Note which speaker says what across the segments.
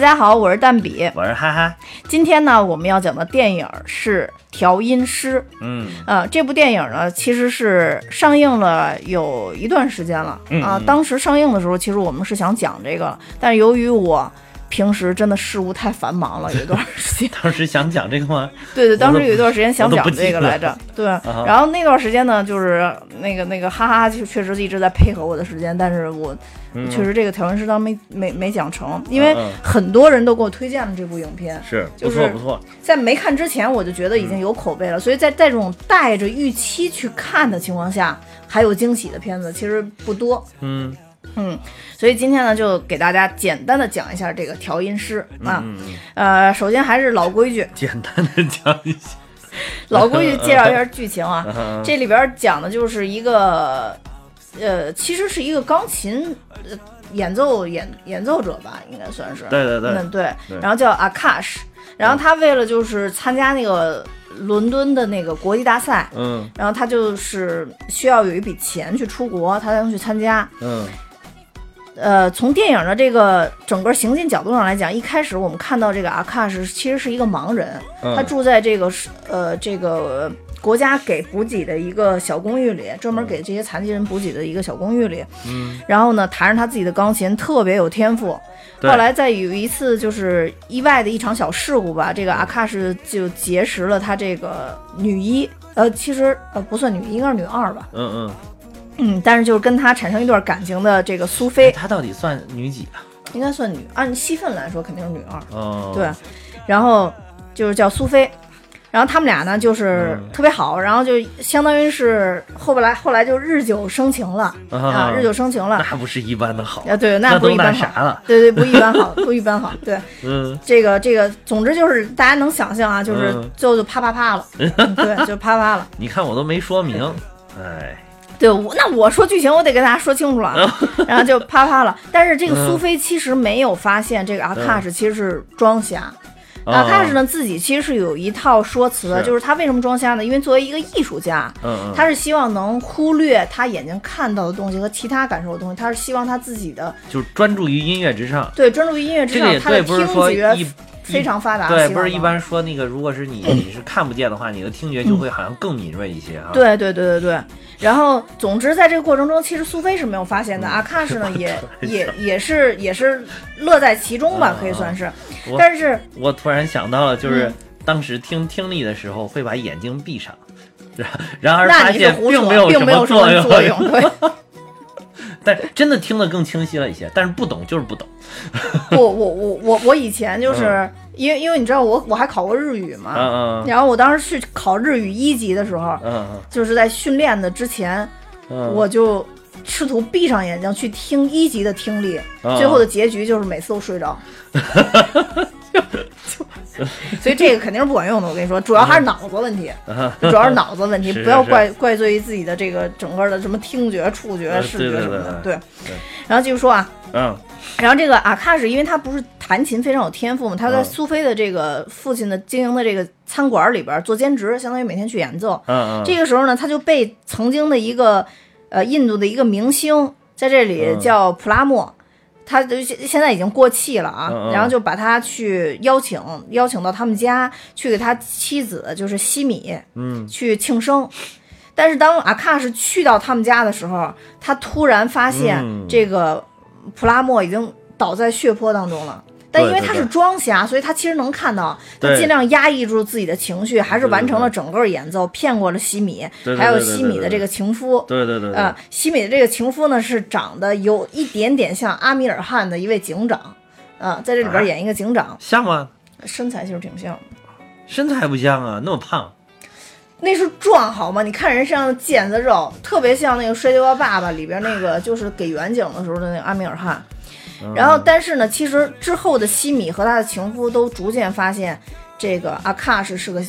Speaker 1: 家好，我是蛋比。
Speaker 2: 我是哈哈，
Speaker 1: 今天呢，我们要讲的电影是《调音师》。
Speaker 2: 嗯
Speaker 1: 呃，这部电影呢，其实是上映了有一段时间了
Speaker 2: 嗯
Speaker 1: 啊、
Speaker 2: 嗯，
Speaker 1: 当时上映的时候，其实我们是想讲这个，但是由于我平时真的事务太繁忙了，有一段时间
Speaker 2: 当时想讲这个吗？
Speaker 1: 对对，当
Speaker 2: 我
Speaker 1: 时
Speaker 2: 都
Speaker 1: 有一段时间想
Speaker 2: 我
Speaker 1: 讲
Speaker 2: 都不记
Speaker 1: 这个
Speaker 2: 得啊
Speaker 1: 来 着，对。
Speaker 2: 哈
Speaker 1: 然后那段时间呢，就是那个那个哈哈，就确实一直在配合我的时间，但是我
Speaker 2: 嗯
Speaker 1: 确实这个调音师当没没没讲成，因为
Speaker 2: 嗯嗯
Speaker 1: 很多人都给我推荐了这部影片，
Speaker 2: 是，
Speaker 1: 就
Speaker 2: 不
Speaker 1: 是
Speaker 2: 错不错，
Speaker 1: 在没看之前我就觉得
Speaker 2: 嗯
Speaker 1: 已经有口碑了，所以在在这种带着预期去看的情况下，还有惊喜的片子其实不多。
Speaker 2: 嗯
Speaker 1: 嗯，所以今天呢，就给大家简单的讲一下这个调音师啊，
Speaker 2: 嗯，
Speaker 1: 呃，首先还是老规矩，
Speaker 2: 简单的讲一下，
Speaker 1: 老规 矩介绍一下剧情啊，
Speaker 2: 嗯
Speaker 1: 这里边讲的就是一个，呃，其实是一个钢琴呃演奏演演奏者吧，应该算是，
Speaker 2: 对对对
Speaker 1: 嗯，对
Speaker 2: 对，
Speaker 1: 然后叫 Akash，然后他为了就是参加那个伦敦的那个国际大赛，
Speaker 2: 嗯
Speaker 1: 然后他就是需要有一笔钱去出国，他才能去参加。
Speaker 2: 嗯
Speaker 1: 呃，从电影的这个整个行进角度上来讲，一开始我们看到这个 Akash 其实是一个盲人，
Speaker 2: 嗯
Speaker 1: 他住在这个是呃这个国家给补给的一个小公寓里，专门给这些残疾人补给的一个小公寓里。
Speaker 2: 嗯，
Speaker 1: 然后呢，弹着他自己的钢琴，特别有天赋。
Speaker 2: 对
Speaker 1: 后来在有一次就是意外的一场小事故吧，这个阿卡什就结识了他这个女一，呃，其实呃不算女一，应该是女二吧，
Speaker 2: 嗯嗯
Speaker 1: 嗯，但是就是跟他产生一段感情的这个苏
Speaker 2: 哎，
Speaker 1: 菲，
Speaker 2: 她到底算女几啊？
Speaker 1: 应该算女，按戏份来说肯定是女二，
Speaker 2: 哦，
Speaker 1: 对，然后就是叫苏菲，然后他们俩呢就是
Speaker 2: 嗯
Speaker 1: 特别好，然后就相当于是后来后来就日久生情了啊，日久生情了
Speaker 2: 那不是一般的好，
Speaker 1: 啊，对，
Speaker 2: 那
Speaker 1: 不
Speaker 2: 都
Speaker 1: 一
Speaker 2: 那
Speaker 1: 般好，
Speaker 2: 啥了，
Speaker 1: 对对，不一般好，不一般好，对。
Speaker 2: 嗯
Speaker 1: 这个这个，总之就是大家能想象啊，就是
Speaker 2: 嗯
Speaker 1: 最后就啪啪啪 了，嗯对，就啪啪了。
Speaker 2: 你看我都没说明，
Speaker 1: 嗯
Speaker 2: 哎，
Speaker 1: 对，我那我说剧情，我得跟大家说清楚了啊，
Speaker 2: 嗯
Speaker 1: 然后就啪啪了。但是这个苏菲其实没有发现，这个阿卡什其实是装瞎。阿
Speaker 2: 啊
Speaker 1: 卡什呢自己其实是有一套说辞的，
Speaker 2: 是
Speaker 1: 就是他为什么装瞎呢？因为作为一个艺术家，
Speaker 2: 嗯嗯，
Speaker 1: 他是希望能忽略他眼睛看到的东西和其他感受的东西，他是希望他自己的
Speaker 2: 就是专注于音乐之上，
Speaker 1: 对专注于音乐之
Speaker 2: 这个
Speaker 1: 上，
Speaker 2: 也
Speaker 1: 他的
Speaker 2: 对，不是
Speaker 1: 听
Speaker 2: 说
Speaker 1: 觉
Speaker 2: 一
Speaker 1: 非常发达，
Speaker 2: 对，
Speaker 1: 希
Speaker 2: 不
Speaker 1: 望
Speaker 2: 是一
Speaker 1: 能
Speaker 2: 般说那个，如果是你你是看不见的话，你的听觉就会好像更敏锐一些啊。，
Speaker 1: 对对对对对。然后，总之，在这个过程中，其实苏菲是没有发现
Speaker 2: 嗯
Speaker 1: 的，阿卡 什呢也也也是也是乐在其中吧，
Speaker 2: 嗯
Speaker 1: 可以算是。
Speaker 2: 我
Speaker 1: 但是，
Speaker 2: 我突然想到了，就是
Speaker 1: 嗯
Speaker 2: 当时听听力的时候会把眼睛闭上， 然然而
Speaker 1: 那
Speaker 2: 发
Speaker 1: 你是
Speaker 2: 现
Speaker 1: 胡扯，
Speaker 2: 没有
Speaker 1: 并没有
Speaker 2: 么
Speaker 1: 什么
Speaker 2: 用，
Speaker 1: 用。对，
Speaker 2: 但真的听得更清晰了一些。但是不懂就是不懂，
Speaker 1: 不，我我我我以前就是因为因为你知道我我还考过日语嘛，
Speaker 2: 嗯嗯嗯
Speaker 1: 然后我当时去考日语一级的时候，
Speaker 2: 嗯
Speaker 1: 就是在训练的之前，
Speaker 2: 嗯，
Speaker 1: 我就试图闭上眼睛去听一级的听力，
Speaker 2: 嗯
Speaker 1: 最后的结局就是每次都睡 着。所以这个肯定是不管用的，我跟你说，主要还是脑子问题，主要是脑子问题，
Speaker 2: 嗯 是是
Speaker 1: 不要怪怪罪于自己的这个整个的什么听觉、触觉、
Speaker 2: 呃
Speaker 1: 视
Speaker 2: 对
Speaker 1: 觉
Speaker 2: 对
Speaker 1: 什么的。
Speaker 2: 对
Speaker 1: 对，然后继续说啊，
Speaker 2: 嗯
Speaker 1: 然后这个阿卡什，因为他不是弹琴非常有天赋嘛，他在
Speaker 2: 嗯
Speaker 1: 苏菲的这个父亲的经营的这个餐馆里边做兼职，相当于每天去演奏。
Speaker 2: 嗯嗯，
Speaker 1: 这个时候呢，他就被曾经的一个呃印度的一个明星在这里
Speaker 2: 嗯
Speaker 1: 叫普拉莫，他就现现在已经过气了啊，
Speaker 2: 嗯嗯
Speaker 1: 然后就把他去邀请邀请到他们家去给他妻子就是西米
Speaker 2: 嗯
Speaker 1: 去庆生。但是当阿卡什去到他们家的时候，他突然发现
Speaker 2: 嗯
Speaker 1: 这个普拉莫已经倒在血泊当中了。但因为他
Speaker 2: 对对
Speaker 1: 是装瞎，所以他其实能看到，他
Speaker 2: 对
Speaker 1: 尽量压抑住自己的情绪，还是
Speaker 2: 对对
Speaker 1: 完成了
Speaker 2: 对
Speaker 1: 整个演奏，骗过了西米，
Speaker 2: 对对
Speaker 1: 还有
Speaker 2: 对对
Speaker 1: 西
Speaker 2: 对
Speaker 1: 米的
Speaker 2: 对
Speaker 1: 这个情夫。
Speaker 2: 对对对对
Speaker 1: 呃，西米的这个情夫呢，是长得有一点点像阿米尔汗的一位警长，啊、在这里边演一个警长，
Speaker 2: 像吗？
Speaker 1: 身材其实挺像的。
Speaker 2: 身材不像啊，那么胖，
Speaker 1: 那是壮好吗？你看人身上的腱子肉，特别像那个《摔跤吧爸爸》里边那个，就是给远景的时候的那个阿米尔汗。
Speaker 2: 嗯
Speaker 1: 然后，但是呢，其实之后的西米和他的情夫都逐渐发现，这个阿卡什是个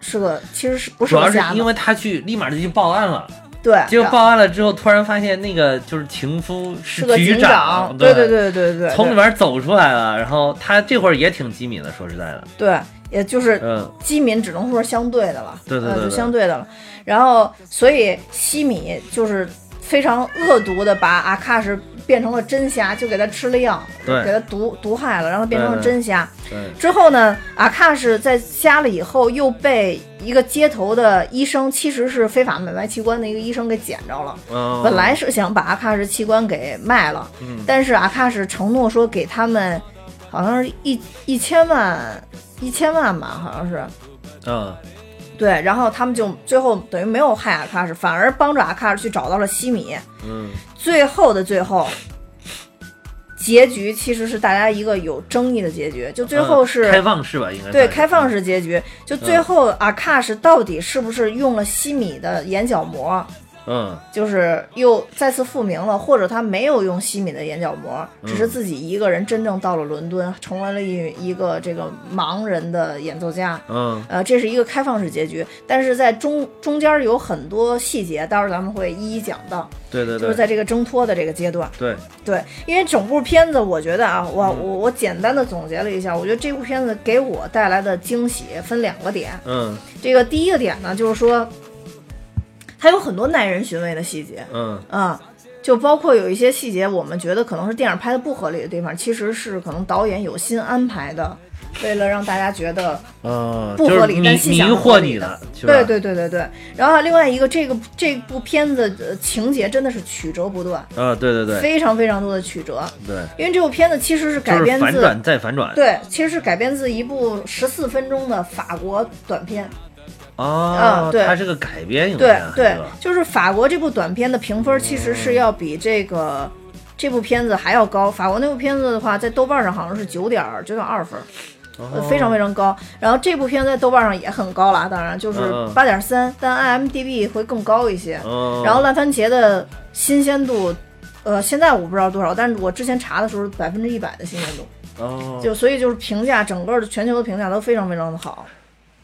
Speaker 1: 是个，其实是不是啊
Speaker 2: 主要
Speaker 1: 个
Speaker 2: 是
Speaker 1: 瞎
Speaker 2: 因
Speaker 1: 子？
Speaker 2: 为他去立马就去报案了，
Speaker 1: 对，
Speaker 2: 结果报案了之后，突然发现那个就是情夫
Speaker 1: 是
Speaker 2: 是
Speaker 1: 个
Speaker 2: 局
Speaker 1: 警长。对对对对对对，
Speaker 2: 从里面走出来了，然后他这会儿也挺机敏的，说实在的，
Speaker 1: 对，也就是
Speaker 2: 嗯，
Speaker 1: 机敏只能说是相对的了，
Speaker 2: 对对
Speaker 1: 呃
Speaker 2: 对
Speaker 1: 就
Speaker 2: 对
Speaker 1: 相对的了。然后，所以西米就是非常恶毒的把阿卡什变成了真虾，就给它吃了药，
Speaker 2: 对
Speaker 1: 给它毒毒害了，让它变成了
Speaker 2: 对
Speaker 1: 真虾。
Speaker 2: 对，
Speaker 1: 之后呢，阿卡是在瞎了以后，又被一个街头的医生，其实是非法买卖器官的一个医生给捡着了。
Speaker 2: 嗯，
Speaker 1: 本来是想把阿卡什器官给卖了，
Speaker 2: 嗯
Speaker 1: 但是阿卡什承诺说给他们，好像是一一千万，一千万吧，好像是。
Speaker 2: 嗯，
Speaker 1: 对，然后他们就最后等于没有害阿卡什，反而帮着阿卡什去找到了西米。
Speaker 2: 嗯，
Speaker 1: 最后的最后，结局其实是大家一个有争议的结局，就最后是、
Speaker 2: 嗯开放式吧，应该
Speaker 1: 对
Speaker 2: 算是
Speaker 1: 开放，式结
Speaker 2: 嗯
Speaker 1: 局。就最后阿卡什到底是不是用了西米的眼角膜，
Speaker 2: 嗯
Speaker 1: 就是又再次复明了，或者他没有用西米的眼角膜，只是
Speaker 2: 嗯
Speaker 1: 自己一个人真正到了伦敦，成为了一一个这个盲人的演奏家。
Speaker 2: 嗯
Speaker 1: 呃，这是一个开放式结局，但是在中中间有很多细节，到时候咱们会一一讲到，
Speaker 2: 对对
Speaker 1: 就是
Speaker 2: 对
Speaker 1: 在这个挣脱的这个阶段。
Speaker 2: 对，
Speaker 1: 对，因为整部片子，我觉得啊，我
Speaker 2: 嗯
Speaker 1: 我我简单的总结了一下，我觉得这部片子给我带来的惊喜分两个点。
Speaker 2: 嗯
Speaker 1: 这个第一个点呢，就是说它有很多耐人寻味的细节，
Speaker 2: 嗯
Speaker 1: 啊，就包括有一些细节，我们觉得可能是电影拍的不合理的地方，其实是可能导演有心安排的，为了让大家觉得
Speaker 2: 嗯，
Speaker 1: 不合理
Speaker 2: 就是
Speaker 1: 但
Speaker 2: 迷
Speaker 1: 细想
Speaker 2: 迷
Speaker 1: 是合
Speaker 2: 惑
Speaker 1: 理
Speaker 2: 你
Speaker 1: 的
Speaker 2: 了，是吧
Speaker 1: 对，对对对对。然后另外一个，这个这部片子呃情节真的是曲折不断，
Speaker 2: 啊，对对对
Speaker 1: 非常非常多的曲折。
Speaker 2: 对，
Speaker 1: 因为这部片子其实是改
Speaker 2: 就是
Speaker 1: 编
Speaker 2: 反
Speaker 1: 自
Speaker 2: 转再反转，
Speaker 1: 对，其实是改编自一部十四分钟的法国短片。嗯，
Speaker 2: 哦
Speaker 1: 对
Speaker 2: 它是个改编，有
Speaker 1: 对
Speaker 2: 点
Speaker 1: 对
Speaker 2: 是吧，
Speaker 1: 就是法国这部短片的评分其实是要比这个。这部片子还要高，法国那部片子的话，在豆瓣上好像是九点九点二分，呃
Speaker 2: 哦
Speaker 1: 非常非常高。然后这部片子在豆瓣上也很高了，当然就是
Speaker 2: 嗯嗯
Speaker 1: 八点三，但 IMDB 会更高一些。
Speaker 2: 哦，
Speaker 1: 然后烂番茄的新鲜度，呃，现在我不知道多少，但是我之前查的时候百分之一百的新鲜度，
Speaker 2: 哦，
Speaker 1: 就所以就是评价整个的全球的评价都非常非常的好，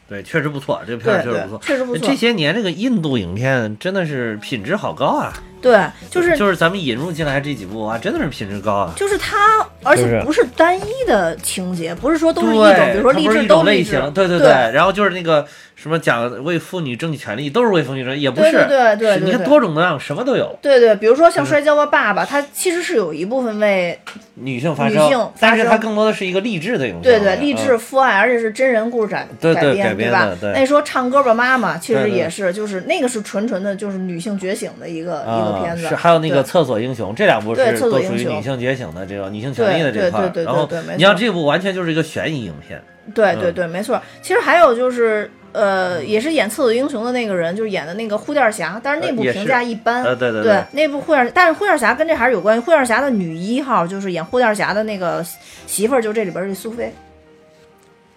Speaker 2: 对，确实不错，这个片
Speaker 1: 对
Speaker 2: 儿确实
Speaker 1: 对
Speaker 2: 不错，。
Speaker 1: 确实不错
Speaker 2: 这。些年这个印度影片真的是品质好高啊，
Speaker 1: 对，就是
Speaker 2: 就是咱们引入进来这几部啊，真的是品质高啊。
Speaker 1: 就是它，而
Speaker 2: 就
Speaker 1: 且
Speaker 2: 是
Speaker 1: 不是单一的情节，不是说都是一种，
Speaker 2: 对，
Speaker 1: 比如说
Speaker 2: 它
Speaker 1: 励
Speaker 2: 不是
Speaker 1: 志
Speaker 2: 一种
Speaker 1: 都
Speaker 2: 类
Speaker 1: 励志
Speaker 2: 型，，对对
Speaker 1: 对
Speaker 2: 对。然后就是那个什么讲为妇女争取权利，都是为妇女争，也不
Speaker 1: 对
Speaker 2: 是，
Speaker 1: 对对对
Speaker 2: 是
Speaker 1: 对
Speaker 2: 你看
Speaker 1: 对
Speaker 2: 多种多样，什么都有，
Speaker 1: 对对，比如说像
Speaker 2: 嗯
Speaker 1: 《摔跤吧，爸爸》，它其实是有一部分为
Speaker 2: 女性发
Speaker 1: 女
Speaker 2: 声，
Speaker 1: 性发
Speaker 2: 但是它
Speaker 1: 声
Speaker 2: 更多的是一个励志的影片，
Speaker 1: 对
Speaker 2: 我
Speaker 1: 对
Speaker 2: 觉得
Speaker 1: 励志、，父爱，而且是真人故事改
Speaker 2: 嗯对对
Speaker 1: 改
Speaker 2: 改
Speaker 1: 编，
Speaker 2: 编
Speaker 1: 吧
Speaker 2: 的？对
Speaker 1: 那你说唱歌吧妈妈，其实
Speaker 2: 对对
Speaker 1: 也是，就是那个是纯纯的，就是女性觉醒的一个
Speaker 2: 嗯
Speaker 1: 一个片
Speaker 2: 啊，
Speaker 1: 子，
Speaker 2: 是还有那个
Speaker 1: 对
Speaker 2: 厕所英雄，这两部
Speaker 1: 对
Speaker 2: 是
Speaker 1: 厕所
Speaker 2: 都
Speaker 1: 英
Speaker 2: 属于
Speaker 1: 雄
Speaker 2: 女性觉醒的这个女性权利的这
Speaker 1: 对
Speaker 2: 块儿
Speaker 1: 对对对。
Speaker 2: 然后
Speaker 1: 对没
Speaker 2: 你像
Speaker 1: 错
Speaker 2: 这部完全就是一个悬疑影片，嗯
Speaker 1: 对对对，没错。其实还有就是。呃，也是演《厕所英雄》的那个人，就是演的那个护垫侠，但是那
Speaker 2: 呃
Speaker 1: 部
Speaker 2: 也
Speaker 1: 评
Speaker 2: 是
Speaker 1: 价一般。
Speaker 2: 呃，对对
Speaker 1: 对，那部护垫，但是护垫侠跟这还是有关系。护垫侠的女一号就是演护垫侠的那个媳妇儿，就这里边儿这苏菲，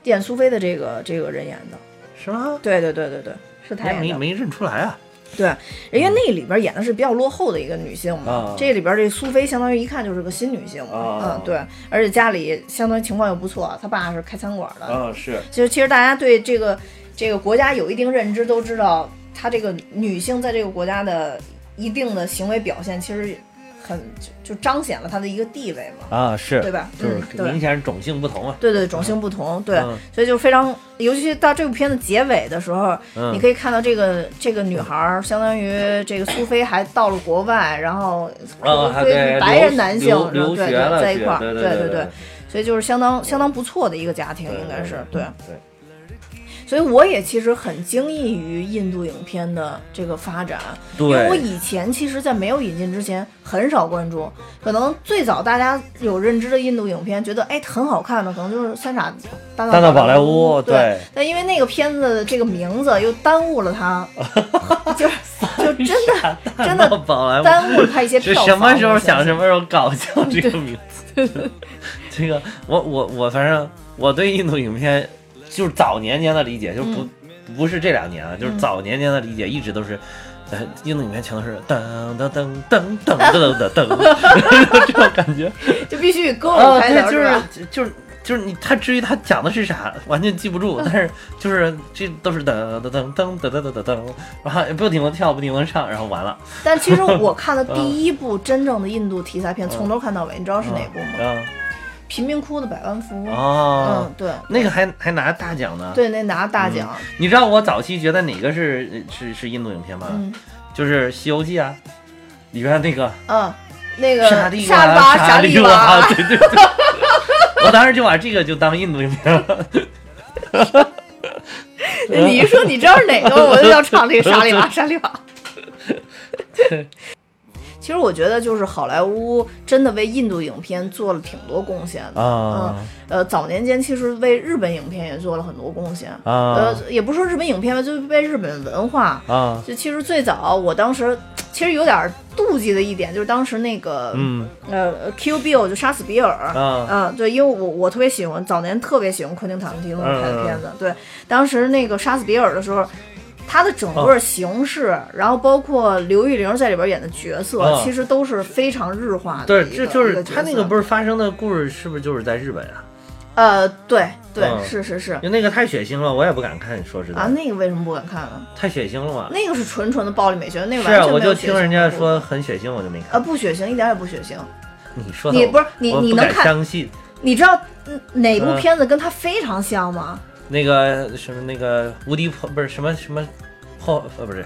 Speaker 1: 演苏菲的这个这个人演的。
Speaker 2: 是吗？
Speaker 1: 对对对对对，是她
Speaker 2: 哎没
Speaker 1: 演的。
Speaker 2: 没认出来啊，
Speaker 1: 对，人家那里边演的是比较落后的一个女性嘛，
Speaker 2: 啊
Speaker 1: 这里边这苏菲相当于一看就是个新女性嘛，
Speaker 2: 啊
Speaker 1: 嗯，对，而且家里相当于情况又不错，她爸是开餐馆的，
Speaker 2: 啊是，
Speaker 1: 其实，其实大家对这个这个国家有一定认知，都知道她这个女性在这个国家的一定的行为表现，其实很就就彰显了她的一个地位嘛，
Speaker 2: 啊是，
Speaker 1: 对吧？
Speaker 2: 就是
Speaker 1: 嗯，对
Speaker 2: 明。显是种性不同啊。
Speaker 1: 对对，种姓不同，对，
Speaker 2: 嗯
Speaker 1: 所以就非常，尤其到这部片子结尾的时候，
Speaker 2: 嗯
Speaker 1: 你可以看到这个这个女孩儿，相当于这个苏菲还到了国外，然后
Speaker 2: 啊，还对
Speaker 1: 跟白人男性
Speaker 2: 留
Speaker 1: 然后
Speaker 2: 留留
Speaker 1: 对
Speaker 2: 学
Speaker 1: 对
Speaker 2: 了，
Speaker 1: 在一块儿，
Speaker 2: 对
Speaker 1: 对
Speaker 2: 对
Speaker 1: 对，所以就是相当相当不错的一个家庭，
Speaker 2: 对，
Speaker 1: 应该是对。
Speaker 2: 对。嗯
Speaker 1: 所以我也其实很惊异于印度影片的这个发展，因为我
Speaker 2: 对，
Speaker 1: 以前其实，在没有引进之前很少关注，可能最早大家有认知的印度影片，觉得哎很好看的，可能就是《三傻大闹
Speaker 2: 大闹
Speaker 1: 宝
Speaker 2: 宝莱
Speaker 1: 坞
Speaker 2: 坞》
Speaker 1: 对。
Speaker 2: 对
Speaker 1: 但因为那个片子的这个名字又耽误了 它，就就真的真
Speaker 2: 大闹
Speaker 1: 的
Speaker 2: 宝莱坞
Speaker 1: 耽误了它一些
Speaker 2: 是
Speaker 1: 票房。
Speaker 2: 什么时候
Speaker 1: 我相
Speaker 2: 想
Speaker 1: 信
Speaker 2: 什么时候搞笑这个名字？ 这个我我我反正我对印度影片就是早年间的理解，就不、
Speaker 1: 嗯
Speaker 2: 不是这两年啊，就是早年间的理解一直都是。呃，印度影片全都是噔噔噔噔噔噔噔噔噔， 这种感觉。
Speaker 1: 就必须以歌舞
Speaker 2: 啊，
Speaker 1: 开
Speaker 2: 对，
Speaker 1: 头，
Speaker 2: 就是
Speaker 1: 吧？
Speaker 2: 是就是就是你他至于他讲的是啥，完全记不
Speaker 1: 嗯
Speaker 2: 住，但是就是这都是噔噔噔噔噔噔噔噔，然后不停的跳，不停的唱，然后完了。
Speaker 1: 但其实 我看
Speaker 2: 嗯
Speaker 1: 的第一部真正的印度题材片，从头看到尾，你知道是哪部吗？
Speaker 2: 啊
Speaker 1: 贫民窟的百万富翁。
Speaker 2: 哦
Speaker 1: 嗯，，对，
Speaker 2: 那个还还拿大奖呢。，
Speaker 1: 对，那拿大奖。
Speaker 2: 你知道我早期觉得哪个呃是是是印度影片吗？
Speaker 1: 嗯
Speaker 2: 就是《西游记》啊，里边那个
Speaker 1: 嗯，那个
Speaker 2: 沙
Speaker 1: 利
Speaker 2: 利
Speaker 1: 娃、
Speaker 2: 沙
Speaker 1: 利
Speaker 2: 娃，对对对，我当时就把这个就当印度影片了。嗯
Speaker 1: 你一说你知道是哪个，我就要唱这个沙利 娃、沙利娃。 其实我觉得，就是好莱坞真的为印度影片做了挺多贡献的。
Speaker 2: 啊
Speaker 1: 呃，早年间其实为日本影片也做了很多贡献。
Speaker 2: 啊
Speaker 1: 呃，也不是说日本影片吧，就是为日本文化。
Speaker 2: 啊，
Speaker 1: 就其实最早，我当时其实有点妒忌的一点，就是当时那个、
Speaker 2: 嗯
Speaker 1: 呃，Kill Bill 就杀死比尔，
Speaker 2: 啊
Speaker 1: 嗯，对，因为我我特别喜欢早年特别喜欢昆汀塔伦提诺
Speaker 2: 嗯
Speaker 1: 拍的片子，对，当时那个杀死比尔的时候，他的整
Speaker 2: 哦
Speaker 1: 个形式，然后包括刘玉玲在里边演的角色，
Speaker 2: 啊
Speaker 1: 其实都是非常日化的
Speaker 2: 对，
Speaker 1: 一个
Speaker 2: 这就
Speaker 1: 一
Speaker 2: 是
Speaker 1: 角
Speaker 2: 他那个
Speaker 1: 色
Speaker 2: 不是发生的故事，是不是就是在日本啊？
Speaker 1: 呃，对对、
Speaker 2: 嗯
Speaker 1: 是是是
Speaker 2: 因为那个太血腥了，我也不敢看。说实在
Speaker 1: 啊，，那个为什么不敢看呢？
Speaker 2: 太血腥了嘛。
Speaker 1: 那个是纯纯的暴力美学，那个
Speaker 2: 是
Speaker 1: 完
Speaker 2: 啊，
Speaker 1: 全没有
Speaker 2: 我就
Speaker 1: 血
Speaker 2: 听
Speaker 1: 腥
Speaker 2: 人家
Speaker 1: 的
Speaker 2: 说很血腥，我就没
Speaker 1: 啊
Speaker 2: 看。
Speaker 1: 不血腥，一点也不血腥，
Speaker 2: 你说的
Speaker 1: 你
Speaker 2: 我
Speaker 1: 不是你
Speaker 2: 我
Speaker 1: 你
Speaker 2: 不
Speaker 1: 能
Speaker 2: 敢
Speaker 1: 看，
Speaker 2: 相信
Speaker 1: 你知道嗯哪部
Speaker 2: 嗯
Speaker 1: 片子跟它非常像吗？
Speaker 2: 那个什么那个无敌破不是什么什么破呃不是，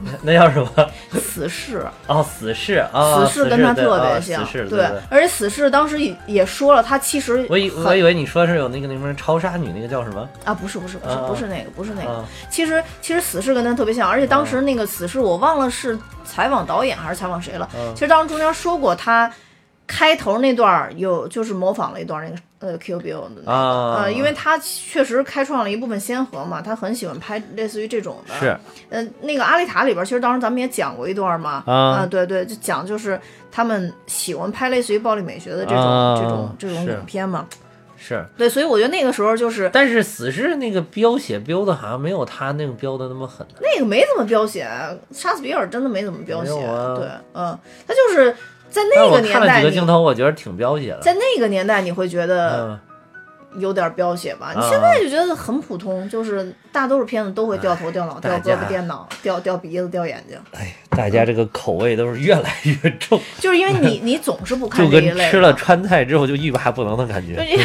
Speaker 2: 那那叫什么？
Speaker 1: 死侍，
Speaker 2: 哦，死侍啊，
Speaker 1: 死侍跟他
Speaker 2: 对
Speaker 1: 特
Speaker 2: 啊
Speaker 1: 别像，
Speaker 2: 死侍
Speaker 1: 对
Speaker 2: 对。
Speaker 1: 而且死侍当时也也说了，他其实
Speaker 2: 我以我
Speaker 1: 很
Speaker 2: 以为你说是有那个那什么超杀女那个叫什么
Speaker 1: 啊，不是不是不是
Speaker 2: 啊
Speaker 1: 不是那个不是那个，
Speaker 2: 啊？
Speaker 1: 其实其实死侍跟他特别像，而且当时那个死侍我忘了是采访导演还是采访谁了，
Speaker 2: 嗯
Speaker 1: 其实当时中间说过他开头那段儿有就是模仿了一段那个呃 Q Bill 的那个。
Speaker 2: 啊，
Speaker 1: 呃，因为他确实开创了一部分先河嘛，他很喜欢拍类似于这种的。
Speaker 2: 是
Speaker 1: 呃，那个《阿丽塔》里边，其实当时咱们也讲过一段嘛，
Speaker 2: 啊
Speaker 1: 对对，就讲就是他们喜欢拍类似于暴力美学的这种、
Speaker 2: 啊
Speaker 1: 这种这种
Speaker 2: 是
Speaker 1: 影片嘛，
Speaker 2: 是，
Speaker 1: 对，所以我觉得那个时候就是
Speaker 2: 但是死侍那个飙血飙的好像没有他那个飙的那么狠。啊
Speaker 1: 那个没怎么飙血，杀死比尔真的没怎么飙血，
Speaker 2: 没有啊
Speaker 1: 对，嗯，他就是在
Speaker 2: 但
Speaker 1: 那
Speaker 2: 是我
Speaker 1: 个年
Speaker 2: 看了
Speaker 1: 代
Speaker 2: 几个
Speaker 1: 你
Speaker 2: 镜头，我觉得挺飙血的。
Speaker 1: 在那个年代你会觉得
Speaker 2: 嗯，
Speaker 1: 有点飙血吧，你
Speaker 2: 啊
Speaker 1: 现在就觉得很普通，就是大多数片子都会掉头、掉脑、掉
Speaker 2: 哎大
Speaker 1: 胳
Speaker 2: 家
Speaker 1: 膊、掉脑、掉掉鼻子、掉眼睛，
Speaker 2: 哎大家这个口味都是越来越 重，
Speaker 1: 就是因为 你你总是不看
Speaker 2: 就
Speaker 1: 这一
Speaker 2: 跟
Speaker 1: 类
Speaker 2: 吃
Speaker 1: 的。
Speaker 2: 了川菜之后就欲罢不能的感
Speaker 1: 就是
Speaker 2: 觉。
Speaker 1: 因为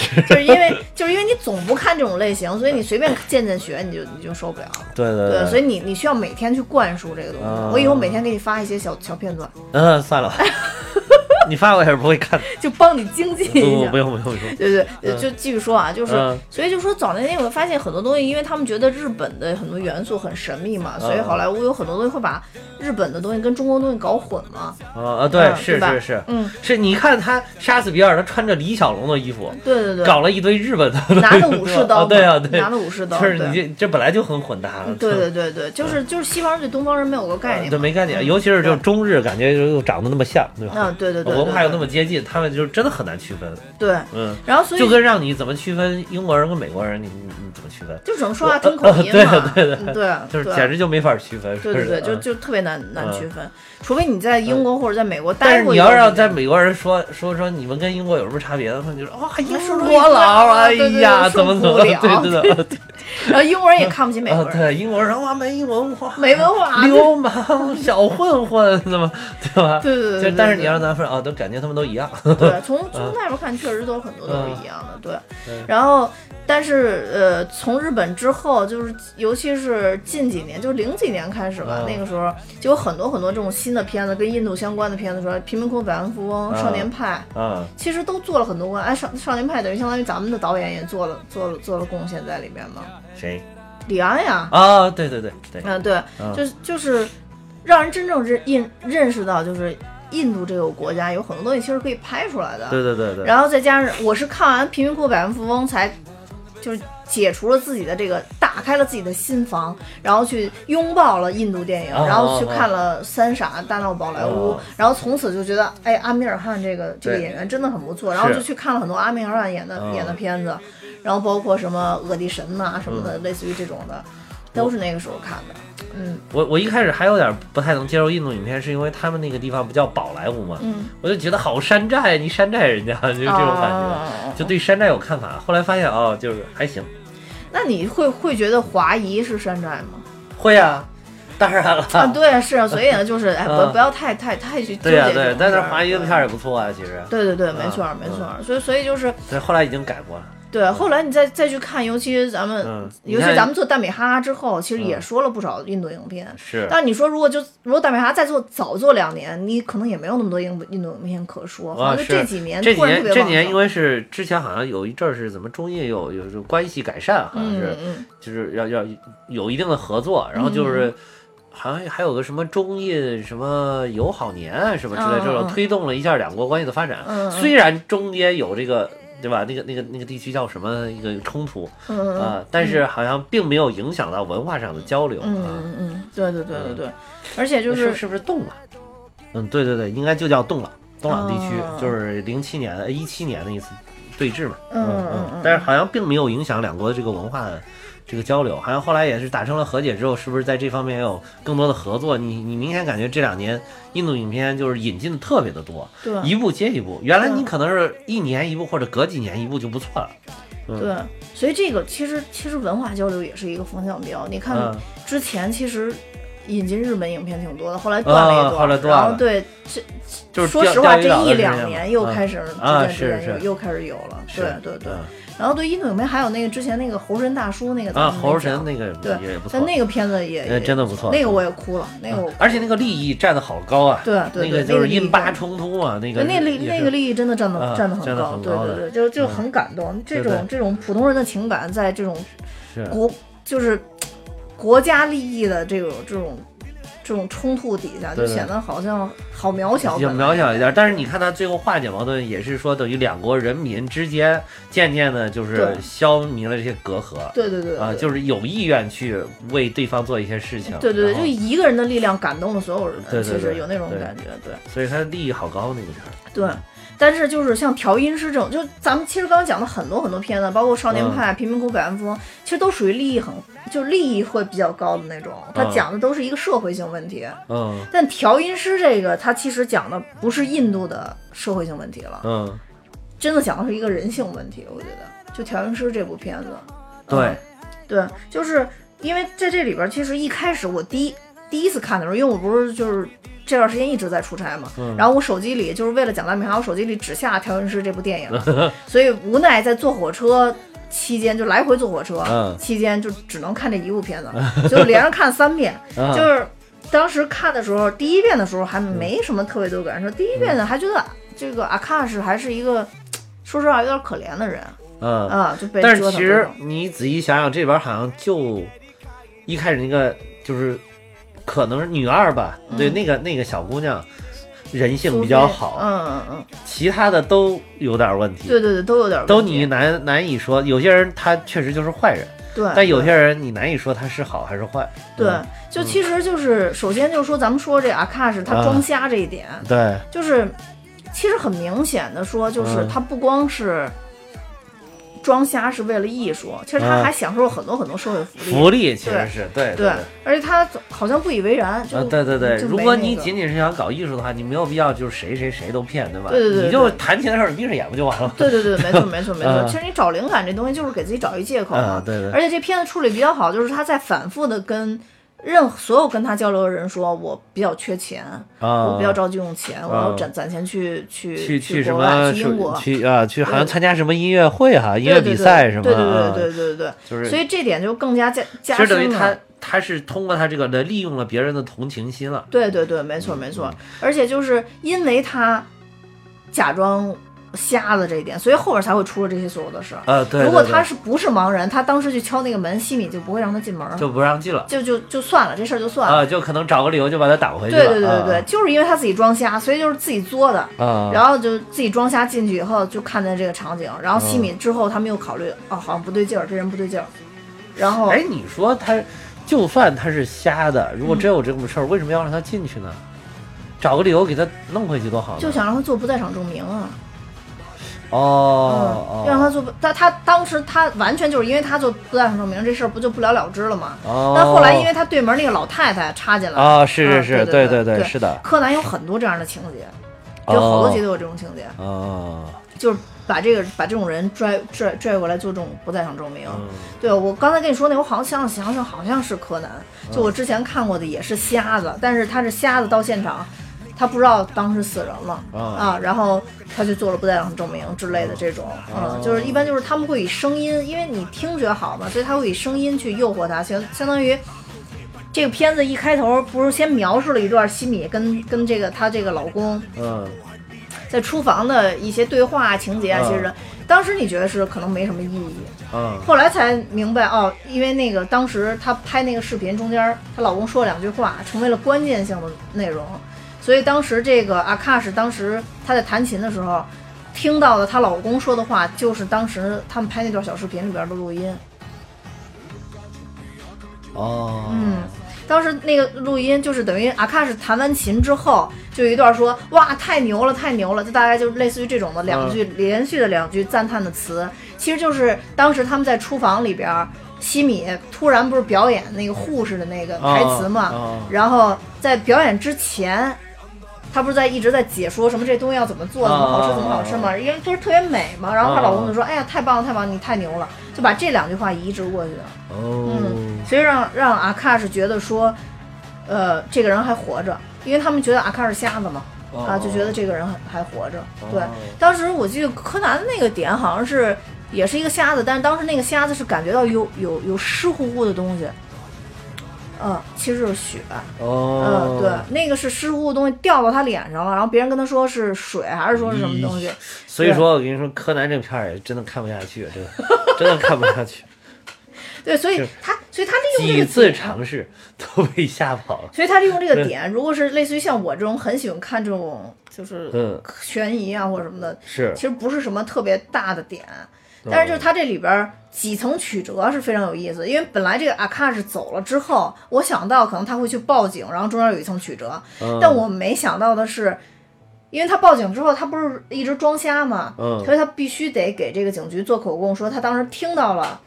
Speaker 1: 就是因为就是因为你总不看这种类型，所以你随便健健学你就你就受不了。
Speaker 2: 对对
Speaker 1: 对，所以
Speaker 2: 以
Speaker 1: 你你需要每天去灌输这个东西。
Speaker 2: 啊
Speaker 1: 我以后每天给你发一些小小片段，
Speaker 2: 嗯，算了 吧，你发我也是不会看的。
Speaker 1: 就帮你精进
Speaker 2: 不
Speaker 1: 一
Speaker 2: 不
Speaker 1: 下
Speaker 2: 不。用不用不用。
Speaker 1: 对对，对就继续说啊，就是，
Speaker 2: 嗯
Speaker 1: 所以就说早年间我发现很多东西，因为他们觉得日本的很多元素很神秘嘛，所以
Speaker 2: 嗯
Speaker 1: 好莱坞有很多东西会把日本的东西跟中国东西搞混嘛。
Speaker 2: 啊啊，对
Speaker 1: 嗯，对
Speaker 2: 是
Speaker 1: 吧
Speaker 2: 是是，
Speaker 1: 嗯，
Speaker 2: 是你看他杀死比尔，他穿着李小龙的衣服，
Speaker 1: 对对对，
Speaker 2: 搞了一堆日本的东西，
Speaker 1: 拿着武士刀
Speaker 2: 啊
Speaker 1: 嘛，
Speaker 2: 对啊对，
Speaker 1: 拿着武士刀，
Speaker 2: 就是
Speaker 1: 对
Speaker 2: 你这这本来就很混搭，
Speaker 1: 对对对对，就是就是西方人对东方人没有个概念嘛，
Speaker 2: 嗯对呃没概念，尤其是就中日感觉又长得那么像，对吧？
Speaker 1: 嗯，对对对，
Speaker 2: 文化
Speaker 1: 对
Speaker 2: 又那么接近，他们就真的很难区分，
Speaker 1: 对，
Speaker 2: 嗯，
Speaker 1: 然后所以
Speaker 2: 就跟让你怎么区分英国人跟美国人，你你你怎么区分？
Speaker 1: 就只能说话听口音
Speaker 2: 呃对
Speaker 1: 嘛，
Speaker 2: 对
Speaker 1: 嗯
Speaker 2: 对
Speaker 1: 对，
Speaker 2: 就是
Speaker 1: 对
Speaker 2: 简直就没法区分，
Speaker 1: 对对对，
Speaker 2: 是
Speaker 1: 就
Speaker 2: 嗯
Speaker 1: 就特别难难
Speaker 2: 嗯
Speaker 1: 区分，除非你在英国或者在美国
Speaker 2: 但
Speaker 1: 待
Speaker 2: 是
Speaker 1: 过
Speaker 2: 你
Speaker 1: 一段
Speaker 2: 要
Speaker 1: 时间。
Speaker 2: 让在美国人说说说你们跟英国有什么差别，他们就说哇，英
Speaker 1: 受不
Speaker 2: 国
Speaker 1: 了
Speaker 2: 佬，哎
Speaker 1: 对对对
Speaker 2: 呀，
Speaker 1: 受
Speaker 2: 怎么
Speaker 1: 不
Speaker 2: 怎么，
Speaker 1: 了
Speaker 2: 对对对，
Speaker 1: 然后英国人也看不起美
Speaker 2: 啊
Speaker 1: 国，人，
Speaker 2: 对，英国人哇，没文化，
Speaker 1: 没文化，啊对
Speaker 2: 流氓、小混混，怎么对吧？
Speaker 1: 对对对对
Speaker 2: 就但是你要让咱说啊，都感觉他们都一样，
Speaker 1: 对，从从外边看确实都很多都是一样的，对
Speaker 2: 嗯。
Speaker 1: 然后，但是呃，从日本之后，就是尤其是近几年，就零几年开始吧，
Speaker 2: 嗯
Speaker 1: 那个时候就有很多很多这种新的片子，跟印度相关的片子，说《贫民窟百万富翁》《
Speaker 2: 嗯
Speaker 1: 少年派》，
Speaker 2: 嗯
Speaker 1: 其实都做了很多关。哎，少少年派等于相当于咱们的导演也做了做了做了贡献在里面嘛。
Speaker 2: 谁
Speaker 1: 李安呀，
Speaker 2: 啊？对对对对，
Speaker 1: 嗯、对，
Speaker 2: 嗯
Speaker 1: 就是就是让人真正认认认识到，就是印度这个国家有很多东西其实可以拍出来的。
Speaker 2: 对对对对，
Speaker 1: 然后再加上我是看完《贫民窟百万富翁》才，就是解除了自己的这个，打开了自己的心房，然后去拥抱了印度电影，
Speaker 2: 哦
Speaker 1: 然后去看了《三傻》《大闹宝莱坞》
Speaker 2: 哦
Speaker 1: 然后从此就觉得，哎，阿米尔汗这个这个演员真的很不错，然后
Speaker 2: 是
Speaker 1: 就去看了很多阿米尔汗演的、
Speaker 2: 哦
Speaker 1: 演的片子，然后包括什么《恶地神》呐什么的，类似于这种的，都是那个时候看的。嗯
Speaker 2: 我我一开始还有点不太能接受印度影片，是因为他们那个地方不叫宝莱坞嘛，
Speaker 1: 嗯，
Speaker 2: 我就觉得好山寨，你山寨人家就是这种感觉，
Speaker 1: 啊
Speaker 2: 就对山寨有看法。后来发现哦，就是还行，
Speaker 1: 那你会会觉得华谊是山寨吗？
Speaker 2: 会啊，当然了，
Speaker 1: 啊，对，是啊，所以呢，就是哎，不
Speaker 2: 嗯
Speaker 1: 不要太太太去纠
Speaker 2: 对
Speaker 1: 结
Speaker 2: 呀
Speaker 1: 这种事
Speaker 2: 对
Speaker 1: 儿。，
Speaker 2: 但是华谊的
Speaker 1: 对
Speaker 2: 片儿也不错啊，其实，
Speaker 1: 对对对，没错儿
Speaker 2: 嗯
Speaker 1: 没错儿，所以所以就是
Speaker 2: 但是后来已经改过了，
Speaker 1: 对，后来你再再去看，尤其咱们，
Speaker 2: 嗯你
Speaker 1: 尤其
Speaker 2: 看
Speaker 1: 咱们做大美哈哈之后，其实也
Speaker 2: 嗯
Speaker 1: 说了不少印度影片。
Speaker 2: 是，
Speaker 1: 但你说如果就如果大美哈哈再做早做两年，你可能也没有那么多印度印度影片可说。好像
Speaker 2: 啊
Speaker 1: 就是这几年
Speaker 2: 这几
Speaker 1: 突然特
Speaker 2: 年
Speaker 1: 别
Speaker 2: 这
Speaker 1: 旺
Speaker 2: 几年
Speaker 1: 盛
Speaker 2: 因为是之前好像有一阵儿是怎么中印有有有关系改善，好像是、
Speaker 1: 嗯嗯
Speaker 2: 就是要要有一定的合作，然后就是。好像还有个什么中印什么友好年啊什么之类
Speaker 1: 嗯
Speaker 2: 这种
Speaker 1: 嗯，
Speaker 2: 推动了一下两国关系的发展。
Speaker 1: 嗯嗯
Speaker 2: 虽然中间有这个对吧，那个那个那个地区叫什么一个冲突
Speaker 1: 嗯嗯嗯
Speaker 2: 啊，但是好像并没有影响到文化上的交流
Speaker 1: 嗯
Speaker 2: 啊。
Speaker 1: 嗯嗯，对对对对对，而且就是是
Speaker 2: 是不是动朗？嗯，对对对，应该就叫动朗，东朗地区
Speaker 1: 哦
Speaker 2: 就是零七年呃的一七年的一次对峙嘛。
Speaker 1: 嗯嗯
Speaker 2: 嗯
Speaker 1: 嗯，
Speaker 2: 但是好像并没有影响两国的这个文化的这个交流，好像后来也是达成了和解之后，是不是在这方面也有更多的合作？你你明显感觉这两年印度影片就是引进的特别的多，
Speaker 1: 对
Speaker 2: 一部接一部。原来
Speaker 1: 嗯
Speaker 2: 你可能是一年一部或者隔几年一部就不错了。
Speaker 1: 对，所以这个其实其实文化交流也是一个风向标。你看
Speaker 2: 嗯
Speaker 1: 之前其实引进日本影片挺多的，后来断了一
Speaker 2: 啊
Speaker 1: 段，
Speaker 2: 后来断了
Speaker 1: 然后对，这
Speaker 2: 就是
Speaker 1: 说
Speaker 2: 钓
Speaker 1: 实话，
Speaker 2: 钓鱼岛
Speaker 1: 这
Speaker 2: 的
Speaker 1: 一
Speaker 2: 事情
Speaker 1: 两
Speaker 2: 嘛
Speaker 1: 年又
Speaker 2: 嗯
Speaker 1: 开始
Speaker 2: 啊
Speaker 1: 之间之
Speaker 2: 是
Speaker 1: 间
Speaker 2: 是
Speaker 1: 又开始有了，
Speaker 2: 是
Speaker 1: 对对对。
Speaker 2: 嗯
Speaker 1: 然后对印度影片还有那个之前那个猴神大叔那个咱
Speaker 2: 啊，
Speaker 1: 们没
Speaker 2: 猴儿神
Speaker 1: 讲
Speaker 2: 那个
Speaker 1: 对
Speaker 2: 也不错
Speaker 1: 但，那个片子也
Speaker 2: 呃
Speaker 1: 也
Speaker 2: 真的不错
Speaker 1: 那个我也哭了，那个
Speaker 2: 嗯
Speaker 1: 我
Speaker 2: 而且那个利益站得好高啊。
Speaker 1: 对对
Speaker 2: 那个
Speaker 1: 对
Speaker 2: 就
Speaker 1: 那个
Speaker 2: 是
Speaker 1: 利益
Speaker 2: 印巴
Speaker 1: 站
Speaker 2: 冲突啊，那个
Speaker 1: 对，那利
Speaker 2: 也
Speaker 1: 那
Speaker 2: 是
Speaker 1: 个利益真的站得
Speaker 2: 啊
Speaker 1: 站得很
Speaker 2: 站得
Speaker 1: 高，
Speaker 2: 很
Speaker 1: 对
Speaker 2: 高
Speaker 1: 对
Speaker 2: 的
Speaker 1: 对，就就
Speaker 2: 嗯
Speaker 1: 很感动。这
Speaker 2: 对对
Speaker 1: 种这种普通人的情感，在这种
Speaker 2: 是
Speaker 1: 国就是国家利益的这种这种这种冲突底下，就
Speaker 2: 对对
Speaker 1: 显得好像好渺小。
Speaker 2: 也
Speaker 1: 本来
Speaker 2: 渺小一点，但是你看他最后化解矛盾，也是说等于两国人民之间渐渐的，就是
Speaker 1: 对
Speaker 2: 消弭了这些隔阂
Speaker 1: 对对对
Speaker 2: 啊，
Speaker 1: 对
Speaker 2: 就是有意愿去为对方做一些事情。
Speaker 1: 对对对，就
Speaker 2: 然后
Speaker 1: 一个人的力量感动了所有人，
Speaker 2: 对对
Speaker 1: 其实
Speaker 2: 对嗯
Speaker 1: 有那种
Speaker 2: 对
Speaker 1: 感觉，对
Speaker 2: 所以他的利益好高那个片儿，
Speaker 1: 对。但是就是像调音师这种，就咱们其实刚刚讲的很多很多片子，包括《少年
Speaker 2: 嗯
Speaker 1: 派》贫民窟百万富翁》，其实都属于利益很，就利益会比较高的那种。它
Speaker 2: 嗯
Speaker 1: 讲的都是一个社会性问题。
Speaker 2: 嗯
Speaker 1: 但调音师这个，它其实讲的不是印度的社会性问题了，
Speaker 2: 嗯，
Speaker 1: 真的讲的是一个人性问题。我觉得，就调音师这部片子，嗯
Speaker 2: 对，
Speaker 1: 对，就是因为在这里边，其实一开始我第一第一次看的时候，因为我不是就是这段时间一直在出差嘛，
Speaker 2: 嗯
Speaker 1: 然后我手机里就是为了讲大美哈，我手机里只下《调音师》这部电 影，所以无奈在坐火车。期间就来回坐火车，
Speaker 2: 嗯
Speaker 1: 期间就只能看这一部片 子，就连着看三遍。
Speaker 2: 啊
Speaker 1: 就是当时看的时候，第一遍的时候还没什么特别多感受，第一遍呢还觉
Speaker 2: 嗯
Speaker 1: 得这个阿卡什还是一个，说实话有点可怜的人
Speaker 2: 嗯，
Speaker 1: 啊，就被
Speaker 2: 但
Speaker 1: 折腾
Speaker 2: 是其
Speaker 1: 折
Speaker 2: 实
Speaker 1: 腾
Speaker 2: 你仔细想想，这里边好像就一开始那个就是可能是女二吧，对，那个那个小姑娘人性比较好，
Speaker 1: 嗯嗯嗯，
Speaker 2: 其他的都有点问题。
Speaker 1: 对对对，都有点
Speaker 2: 都
Speaker 1: 问题
Speaker 2: 你难难以说，有些人他确实就是坏人，
Speaker 1: 对，
Speaker 2: 但有
Speaker 1: 对
Speaker 2: 些人你难以说他是好还是坏。
Speaker 1: 哎对
Speaker 2: 嗯，
Speaker 1: 就其实就是首先就是说咱们说这阿卡什他
Speaker 2: 啊
Speaker 1: 装瞎这一点，
Speaker 2: 对，
Speaker 1: 就是其实很明显的说，就是
Speaker 2: 嗯
Speaker 1: 他不光是。装瞎是为了艺术，其实他
Speaker 2: 啊
Speaker 1: 还享受了很多很多社会福利。
Speaker 2: 福利其实是对
Speaker 1: 对
Speaker 2: 对。，
Speaker 1: 而且他好像不以为然，就、
Speaker 2: 啊，对对对，
Speaker 1: 就没
Speaker 2: 如果
Speaker 1: 那
Speaker 2: 你
Speaker 1: 个
Speaker 2: 仅仅是想搞艺术的话，你没有必要就是谁谁谁都骗，对吧？
Speaker 1: 对对对
Speaker 2: 你就
Speaker 1: 对
Speaker 2: 弹琴的时候你闭上眼不就完了吗？
Speaker 1: 对对对， 没错没错没错。
Speaker 2: 嗯
Speaker 1: 其实你找灵感这东西就是给自己找一借口嘛。
Speaker 2: 啊对对
Speaker 1: 而且这片子处理比较好，就是他在反复的跟任所有跟他交流的人说，我比较缺钱，
Speaker 2: 啊，
Speaker 1: 我比较着急用钱，我要攒攒钱去
Speaker 2: 去
Speaker 1: 去
Speaker 2: 去什
Speaker 1: 国外
Speaker 2: 么
Speaker 1: 去英国。
Speaker 2: 去啊去，好
Speaker 1: 对
Speaker 2: 像参加什么音乐会哈，音乐比赛什么
Speaker 1: 对对
Speaker 2: 啊
Speaker 1: 对对对对对
Speaker 2: 就是
Speaker 1: 所以这点就更加加加
Speaker 2: 其
Speaker 1: 深
Speaker 2: 实等于
Speaker 1: 了
Speaker 2: 他他是通过他这个来利用了别人的同情心了。
Speaker 1: 对对对，没错没错，而且就是因为他假装瞎了这一点，所以后边才会出了这些所有的事儿。
Speaker 2: 啊，对，
Speaker 1: 如果
Speaker 2: 对对
Speaker 1: 他是不是盲人，他当时去敲那个门，西米就不会让他进门儿，
Speaker 2: 就不让进了
Speaker 1: 就就就算了，这事儿就算了。
Speaker 2: 啊，就可能找个理由就把他挡回去了。
Speaker 1: 对对对对对，
Speaker 2: 啊
Speaker 1: 就是因为他自己装瞎，所以就是自己作的。
Speaker 2: 啊，
Speaker 1: 然后就自己装瞎进去以后，就看见这个场景。然后西
Speaker 2: 啊
Speaker 1: 米之后，他们又考虑，哦，好像不对劲儿，这人不对劲儿。然后
Speaker 2: 哎，你说他，就算他是瞎的，如果真有这种事儿，为什么要让他进去呢？找个理由给他弄回去多好呢。
Speaker 1: 就想让他做不在场证明啊，
Speaker 2: 哦，
Speaker 1: 嗯，
Speaker 2: 哦
Speaker 1: 让他做不，他他当时他完全就是因为他做不在场证明这事儿不就不了了之了吗？
Speaker 2: 哦，
Speaker 1: 但后来因为他对门那个老太太插进来了，
Speaker 2: 啊，是是
Speaker 1: 啊
Speaker 2: 是，
Speaker 1: 对对
Speaker 2: 对
Speaker 1: 对对
Speaker 2: 是的，
Speaker 1: 柯南有很多这样的情节，就好多集
Speaker 2: 哦
Speaker 1: 都有这种情节，
Speaker 2: 哦，
Speaker 1: 就是把这个把这种人拽拽拽过来做这种不在场证明。
Speaker 2: 嗯
Speaker 1: 对我刚才跟你说那，我好像想想
Speaker 2: 嗯
Speaker 1: 想好像是柯南，就我之前看过的也是瞎子，但是他是瞎子到现场，他不知道当时死人了
Speaker 2: 啊
Speaker 1: 啊，然后他就做了不在场证明之类的这种，
Speaker 2: 哦
Speaker 1: 嗯，就是一般就是他们会以声音，因为你听觉好嘛，所以他会以声音去诱惑他，相相当于。这个片子一开头不是先描述了一段西米跟跟这个她这个老公
Speaker 2: 嗯，
Speaker 1: 在厨房的一些对话情节啊，
Speaker 2: 嗯
Speaker 1: 其实当时你觉得是可能没什么意义，
Speaker 2: 嗯，
Speaker 1: 后来才明白哦，因为那个当时她拍那个视频中间，她老公说两句话，成为了关键性的内容，所以当时这个阿卡什当时她在弹琴的时候，听到的她老公说的话，就是当时他们拍那段小视频里边的录音。
Speaker 2: 哦，
Speaker 1: 嗯，当时那个录音就是等于阿卡是弹完琴之后，就有一段说哇太牛了太牛了，就大概就类似于这种的两句、连续的两句赞叹的词，其实就是当时他们在厨房里边儿，西米突然不是表演那个护士的那个台词嘛，
Speaker 2: 哦
Speaker 1: 然后在表演之前。她不是在一直在解说什么这东西要怎么做，怎么好吃，怎么好吃嘛？因为就是特别美嘛。然后她老公就说：“哎呀，太棒了，太棒了，你太牛了！”就把这两句话移植过去了。嗯
Speaker 2: 哦，
Speaker 1: 所以让让阿卡是觉得说，呃，这个人还活着，因为他们觉得阿卡是瞎子嘛，
Speaker 2: 哦
Speaker 1: 啊，就觉得这个人还还活着。对
Speaker 2: 哦，
Speaker 1: 当时我记得柯南那个点好像是也是一个瞎子，但是当时那个瞎子是感觉到有有有湿乎乎的东西，嗯、其实就是血，嗯、
Speaker 2: 哦，
Speaker 1: 对，那个是湿乎乎的东西掉到他脸上了，然后别人跟他说是水还是说是什么东西，
Speaker 2: 所以说我跟你说，柯南这片儿也真的看不下去，真的真的看不下 去，
Speaker 1: 对，所以
Speaker 2: 是
Speaker 1: 他所以他利用这个
Speaker 2: 几次
Speaker 1: 点
Speaker 2: 尝试都被吓跑了。
Speaker 1: 所以他利用这个
Speaker 2: 对
Speaker 1: 点，如果是类似于像我这种很喜欢看这种就是
Speaker 2: 嗯，
Speaker 1: 悬疑啊或者什么的，
Speaker 2: 是
Speaker 1: 其实不是什么特别大的点，
Speaker 2: 嗯
Speaker 1: 但是就是它这里边儿几层曲折是非常有意思。因为本来这个阿卡是走了之后，我想到可能他会去报警，然后中间有一层曲折，
Speaker 2: 嗯
Speaker 1: 但我没想到的是。因为他报警之后，他不是一直装瞎嘛，
Speaker 2: 嗯
Speaker 1: 所以他必须得给这个警局做口供，说他当时听到了，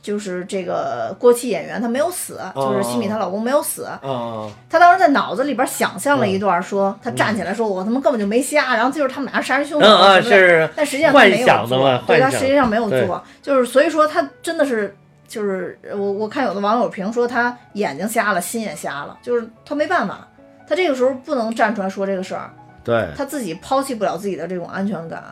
Speaker 1: 就是这个过气演员他没有死，就是西米她老公没有死，
Speaker 2: 哦，
Speaker 1: 她当时在脑子里边想象
Speaker 2: 嗯
Speaker 1: 了一段说，她站起来说：“我他妈根本就没瞎。”然后就是他们俩杀人凶手
Speaker 2: 嗯啊
Speaker 1: 什么的
Speaker 2: 是
Speaker 1: 但实际上她没有
Speaker 2: 幻想的
Speaker 1: 做
Speaker 2: 嘛
Speaker 1: 对，她
Speaker 2: 幻想
Speaker 1: 实际上没有
Speaker 2: 对
Speaker 1: 做，就是所以说她真的是就是我我看有的网友评说她眼睛瞎了，心也瞎了，就是她没办法，她这个时候不能站出来说这个事儿，
Speaker 2: 对，
Speaker 1: 她自己抛弃不了自己的这种安全感。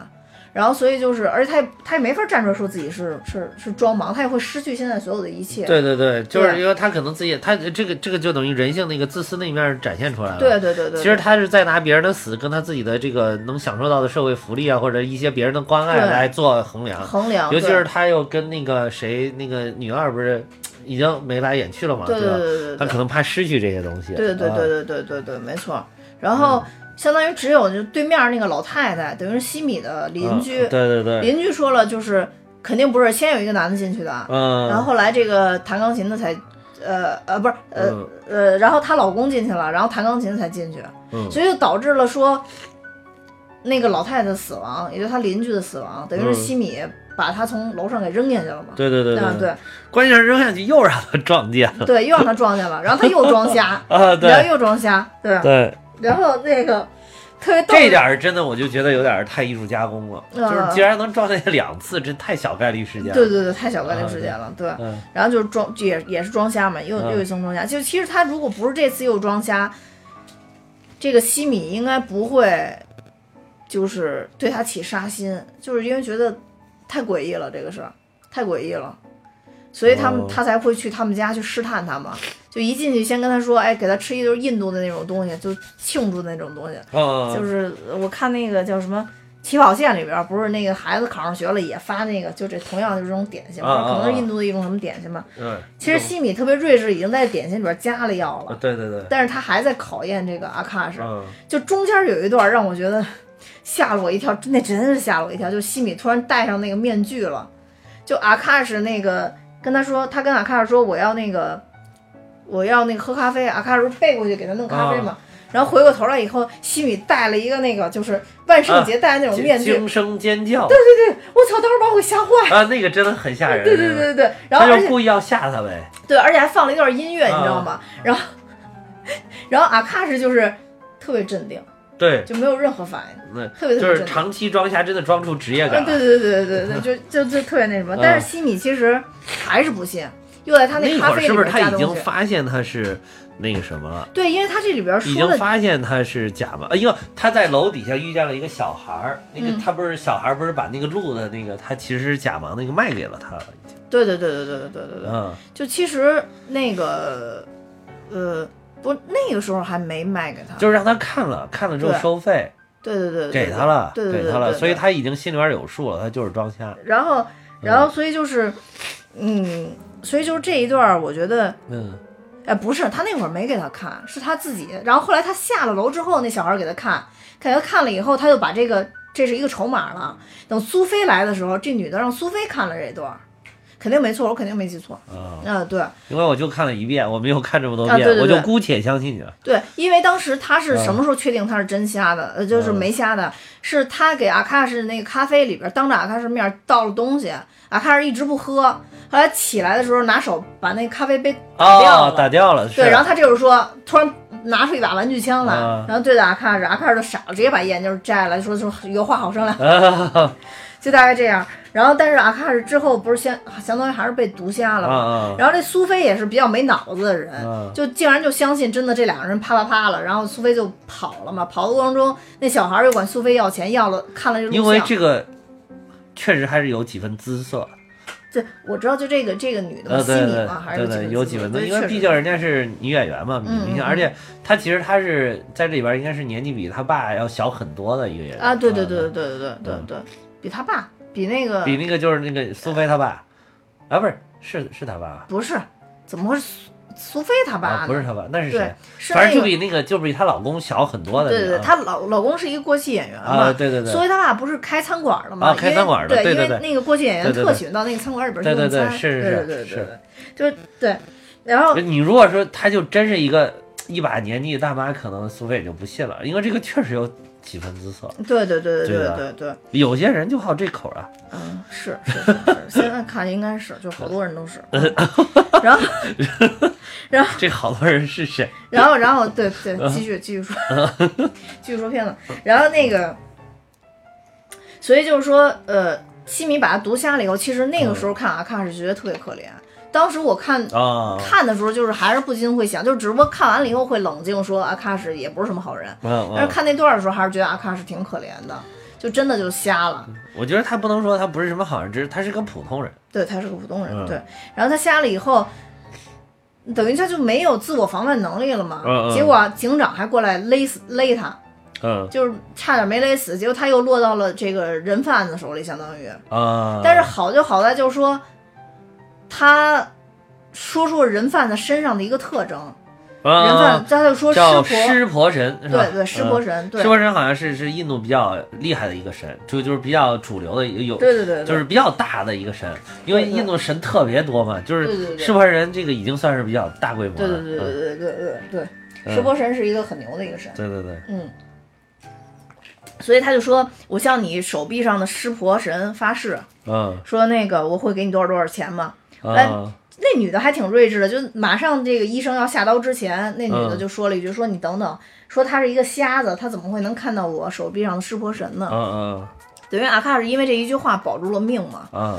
Speaker 1: 然后，所以就是，而且她也她也没法站出来说自己是是是装盲，她也会失去现在所有的一切。
Speaker 2: 对对对，就是
Speaker 1: 对
Speaker 2: 因为他可能自己，他这个这个就等于人性那个自私那一面展现出来了。
Speaker 1: 对对对对，
Speaker 2: 其实他是在拿别人的死跟他自己的这个能享受到的社会福利啊，或者一些别人的关爱
Speaker 1: 对
Speaker 2: 来做衡量。
Speaker 1: 衡量，
Speaker 2: 尤其
Speaker 1: 对
Speaker 2: 是他又跟那个谁，那个女二不是已经眉来眼去了嘛，
Speaker 1: 对对
Speaker 2: 吧？
Speaker 1: 对对对，
Speaker 2: 他可能怕失去这些东西。
Speaker 1: 对对对
Speaker 2: 啊，
Speaker 1: 对对对对，没错。然
Speaker 2: 嗯
Speaker 1: 后相当于只有就对面那个老太太，等于是西米的邻居
Speaker 2: 嗯，对对对，
Speaker 1: 邻居说了就是肯定不是先有一个男的进去的，
Speaker 2: 嗯，
Speaker 1: 然后后来这个弹钢琴的才。呃呃不是呃
Speaker 2: 嗯
Speaker 1: 呃，然后她老公进去了，然后弹钢琴才进去，
Speaker 2: 嗯
Speaker 1: 所以就导致了说，那个老太太的死亡，也就是她邻居的死亡，等于是
Speaker 2: 嗯
Speaker 1: 西米把她从楼上给扔下去了嘛。
Speaker 2: 对对对
Speaker 1: 啊对
Speaker 2: 关键是扔下去又让他撞见了
Speaker 1: 对，又让她撞见了，然后她又装瞎，
Speaker 2: 啊，
Speaker 1: 然后
Speaker 2: 对
Speaker 1: 又装瞎，对，
Speaker 2: 对，
Speaker 1: 然后那个特别逗
Speaker 2: 这点儿真的我就觉得有点儿太艺术加工了，
Speaker 1: 嗯
Speaker 2: 就是既然能撞见两次，这太小概率事件。
Speaker 1: 对，对对，太小概率事件了，对。
Speaker 2: 嗯
Speaker 1: 然后就是装，也也是装瞎嘛，又
Speaker 2: 嗯
Speaker 1: 又一层装瞎。就其实他如果不是这次又装瞎，这个西米应该不会，就是对他起杀心，就是因为觉得太诡异了，这个事儿太诡异了，所以他们、
Speaker 2: 哦
Speaker 1: 他才会去他们家去试探他嘛。就一进去先跟他说，哎，给他吃一顿印度的那种东西，就庆祝那种东西。
Speaker 2: 嗯，
Speaker 1: 就是我看那个叫什么《起跑线》里边儿，不是那个孩子考上学了也发那个，就这同样就是这种点心，
Speaker 2: 啊啊
Speaker 1: 可能
Speaker 2: 啊
Speaker 1: 是印度的一种什么点心吧。
Speaker 2: 嗯，
Speaker 1: 其实西米特别睿智，已经在点心里边加了药
Speaker 2: 啊
Speaker 1: 了，
Speaker 2: 对对对，
Speaker 1: 但是他还在考验这个阿卡什。
Speaker 2: 嗯
Speaker 1: 就中间有一段让我觉得吓了我一跳，那真是吓了我一跳。就西米突然戴上那个面具了，就阿卡什那个跟他说，他跟阿卡什说我要那个我要那个喝咖啡，阿卡什背过去给他弄咖啡
Speaker 2: 啊
Speaker 1: 嘛。然后回过头来以后，西米戴了一个那个就是万圣
Speaker 2: 啊
Speaker 1: 节戴的那种面具，
Speaker 2: 惊声尖叫
Speaker 1: 我操！当时把我给吓坏了。
Speaker 2: 啊，那个真的很吓人。
Speaker 1: 对对
Speaker 2: 真
Speaker 1: 对
Speaker 2: 的，
Speaker 1: 对，然后
Speaker 2: 他
Speaker 1: 而
Speaker 2: 就
Speaker 1: 且
Speaker 2: 故意啊要吓他呗。
Speaker 1: 对，而且还放了一段音乐，你知道吗？然后然后阿卡什就是特别镇定，
Speaker 2: 对，
Speaker 1: 就没有任何反应。
Speaker 2: 那
Speaker 1: 特别特别
Speaker 2: 就是
Speaker 1: 正
Speaker 2: 长期装瞎，真的装出职业
Speaker 1: 嗯，
Speaker 2: 感了。
Speaker 1: 对对对对对对，就就就特别那什么。但是西米其实还是不信，又在他
Speaker 2: 那
Speaker 1: 咖
Speaker 2: 会儿
Speaker 1: 啡
Speaker 2: 是
Speaker 1: 里
Speaker 2: 不是
Speaker 1: 面
Speaker 2: 他
Speaker 1: 加
Speaker 2: 已
Speaker 1: 东
Speaker 2: 经
Speaker 1: 西。
Speaker 2: 发现他是那个什么了？
Speaker 1: 对，因为他这里边
Speaker 2: 已
Speaker 1: 说
Speaker 2: 经
Speaker 1: 的
Speaker 2: 发现他是假吗？哎呦，他在楼底下遇见了一个小孩儿，那个
Speaker 1: 嗯
Speaker 2: 他不是小孩儿，不是把那个鹿的那个，他其实是假盲那个卖给了他了，已经。
Speaker 1: 对对对对对对对对对，
Speaker 2: 嗯，
Speaker 1: 就其实那个，呃，不，那个时候还没卖给他，
Speaker 2: 就是让他看了，看了之后
Speaker 1: 对
Speaker 2: 收费
Speaker 1: 对对对，对
Speaker 2: 给他了，
Speaker 1: 对对对
Speaker 2: 给他
Speaker 1: 对
Speaker 2: 了，
Speaker 1: 对
Speaker 2: 所以他已经心里边有数了，他就是装瞎。
Speaker 1: 然后，然后，所以就是，嗯，所以就是这一段儿，我觉得，
Speaker 2: 嗯，
Speaker 1: 哎，不是他那会儿没给他看，是他自己。然后后来他下了楼之后，那小孩儿给他看，给他看了以后，他就把这个这是一个筹码了。等苏菲来的时候，这女的让苏菲看了这段儿，肯定没错，我肯定没记错。
Speaker 2: 啊，
Speaker 1: 啊，对
Speaker 2: 因为我就看了一遍，我没有看这么多
Speaker 1: 啊
Speaker 2: 遍，
Speaker 1: 对对
Speaker 2: 我
Speaker 1: 对
Speaker 2: 就姑且相信你了。
Speaker 1: 对，因为当时他是什么时候确定他是真瞎的，呃，就是没瞎的，是他给阿卡什那个咖啡里边当着阿卡什面倒了东西，阿卡什一直不喝，后来起来的时候拿手把那咖啡杯打掉
Speaker 2: 啊，
Speaker 1: 了，
Speaker 2: 打掉了，
Speaker 1: 对，
Speaker 2: 是
Speaker 1: 然后他这就是说，突然拿出一把玩具枪来，
Speaker 2: 啊
Speaker 1: 然后对着阿卡什，阿卡什就傻了，直接把眼镜摘了，说说有话好商量，
Speaker 2: 啊
Speaker 1: 就大概这样。然后但是阿卡什之后不是相相当于还是被毒瞎
Speaker 2: 啊
Speaker 1: 了嘛，
Speaker 2: 啊
Speaker 1: 然后这苏菲也是比较没脑子的人，
Speaker 2: 啊！
Speaker 1: 就竟然就相信真的这两个人啪啪啪了，然后苏菲就跑了嘛。跑的过程中，那小孩又管苏菲要钱，要了看了这录像。
Speaker 2: 因为这个确实还是有几分姿色，
Speaker 1: 这我知道，就这个这个女的
Speaker 2: 呃，
Speaker 1: 嘛西
Speaker 2: 对
Speaker 1: 米
Speaker 2: 对
Speaker 1: 嘛，还是
Speaker 2: 对对，有
Speaker 1: 有
Speaker 2: 几
Speaker 1: 分
Speaker 2: 分
Speaker 1: 子
Speaker 2: 姿，
Speaker 1: 对
Speaker 2: 因为
Speaker 1: 确
Speaker 2: 毕
Speaker 1: 实
Speaker 2: 竟人家是女演员嘛，女
Speaker 1: 嗯
Speaker 2: 明星，
Speaker 1: 嗯
Speaker 2: 而且她其实她是在这里边应该是年纪比她爸要小很多的一个人
Speaker 1: 啊，对对
Speaker 2: 嗯
Speaker 1: 对对对对对对，比他爸，比那个
Speaker 2: 比那个就是那个苏菲她爸，啊，不是是是她爸
Speaker 1: 不是，怎么会是苏苏菲她爸
Speaker 2: 啊，
Speaker 1: 呢？
Speaker 2: 不是她爸，那是
Speaker 1: 对
Speaker 2: 谁？，
Speaker 1: 是
Speaker 2: 反
Speaker 1: 那
Speaker 2: 正就
Speaker 1: 个。
Speaker 2: 比那个就比她老公小很多的那
Speaker 1: 对
Speaker 2: 个，
Speaker 1: 对对，
Speaker 2: 啊
Speaker 1: 她老老公是一个过气演员嘛，
Speaker 2: 啊对对对
Speaker 1: 所以她爸不是开餐馆的嘛，
Speaker 2: 啊开餐馆的
Speaker 1: 因为
Speaker 2: 对对
Speaker 1: 因为
Speaker 2: 对
Speaker 1: 那个过气演员
Speaker 2: 对对对
Speaker 1: 特喜欢到那个餐馆里边去
Speaker 2: 对对
Speaker 1: 用
Speaker 2: 对
Speaker 1: 餐，
Speaker 2: 是是
Speaker 1: 对
Speaker 2: 是
Speaker 1: 对对对
Speaker 2: 是
Speaker 1: 对，就是对，然后
Speaker 2: 你如果说她就真是一个一把年纪的大妈，可能苏菲也就不信了，因为这个确实有几分姿色，
Speaker 1: 对对对对
Speaker 2: 对
Speaker 1: 对
Speaker 2: 吧
Speaker 1: 对对，
Speaker 2: 有些人就好这口啊，
Speaker 1: 嗯，是是是是，现在看应该是，就好多人都 是，嗯然后
Speaker 2: 这好多人是谁？
Speaker 1: 然后然后对对，
Speaker 2: 嗯
Speaker 1: 继续继续说， 继续说片子，然后那个，所以就是说，呃，西米把他毒瞎了以后，其实那个时候看阿卡是觉得特别可怜，当时我看。
Speaker 2: 啊
Speaker 1: 看的时候就是还是不禁会想，就只不过看完了以后会冷静说阿卡什也不是什么好人，
Speaker 2: 嗯
Speaker 1: 但是
Speaker 2: 嗯，
Speaker 1: 看那段儿的时候还是觉得阿卡什挺可怜的，就真的就瞎了。
Speaker 2: 我觉得他不能说他不是什么好人，只是他是个普通人。
Speaker 1: 对，他是个普通人，
Speaker 2: 嗯
Speaker 1: 对。然后他瞎了以后，等于他就没有自我防范能力了嘛。
Speaker 2: 嗯嗯
Speaker 1: 结果警长还过来勒死勒他，
Speaker 2: 嗯
Speaker 1: 就是差点没勒死，结果他又落到了这个人贩子手里，相当于。
Speaker 2: 啊，
Speaker 1: 但是好就好在就是说，他说出了人贩子身上的一个特征，人贩
Speaker 2: 啊
Speaker 1: 子他就说婆，
Speaker 2: 叫湿婆神是吧？
Speaker 1: 对对，湿婆
Speaker 2: 嗯。
Speaker 1: 神，对
Speaker 2: 湿婆神好像是是印度比较厉害的一个神，就就是比较主流的有，
Speaker 1: 对对对，对
Speaker 2: 就是比较大的一个神，因为
Speaker 1: 对对
Speaker 2: 印度神特别多嘛，就
Speaker 1: 对对
Speaker 2: 是
Speaker 1: 对
Speaker 2: 湿婆神这个已经算是比较大规模
Speaker 1: 对
Speaker 2: 了。
Speaker 1: 对对
Speaker 2: 嗯
Speaker 1: 对对对对对，
Speaker 2: 嗯
Speaker 1: 湿婆神是一个很牛的一个神。
Speaker 2: 对对对，
Speaker 1: 嗯，所以他就说：“我向你手臂上的湿婆神发誓，
Speaker 2: 嗯
Speaker 1: 说那个我会给你多少多少钱嘛。
Speaker 2: 啊
Speaker 1: 那女的还挺睿智的，就马上这个医生要下刀之前，那女的
Speaker 2: 嗯
Speaker 1: 就说了一句：说你等等，说他是一个瞎子，他怎么会能看到我手臂上的湿婆神
Speaker 2: 啊
Speaker 1: 呢？
Speaker 2: 啊
Speaker 1: 等于阿卡是因为这一句话保住了命嘛。
Speaker 2: 啊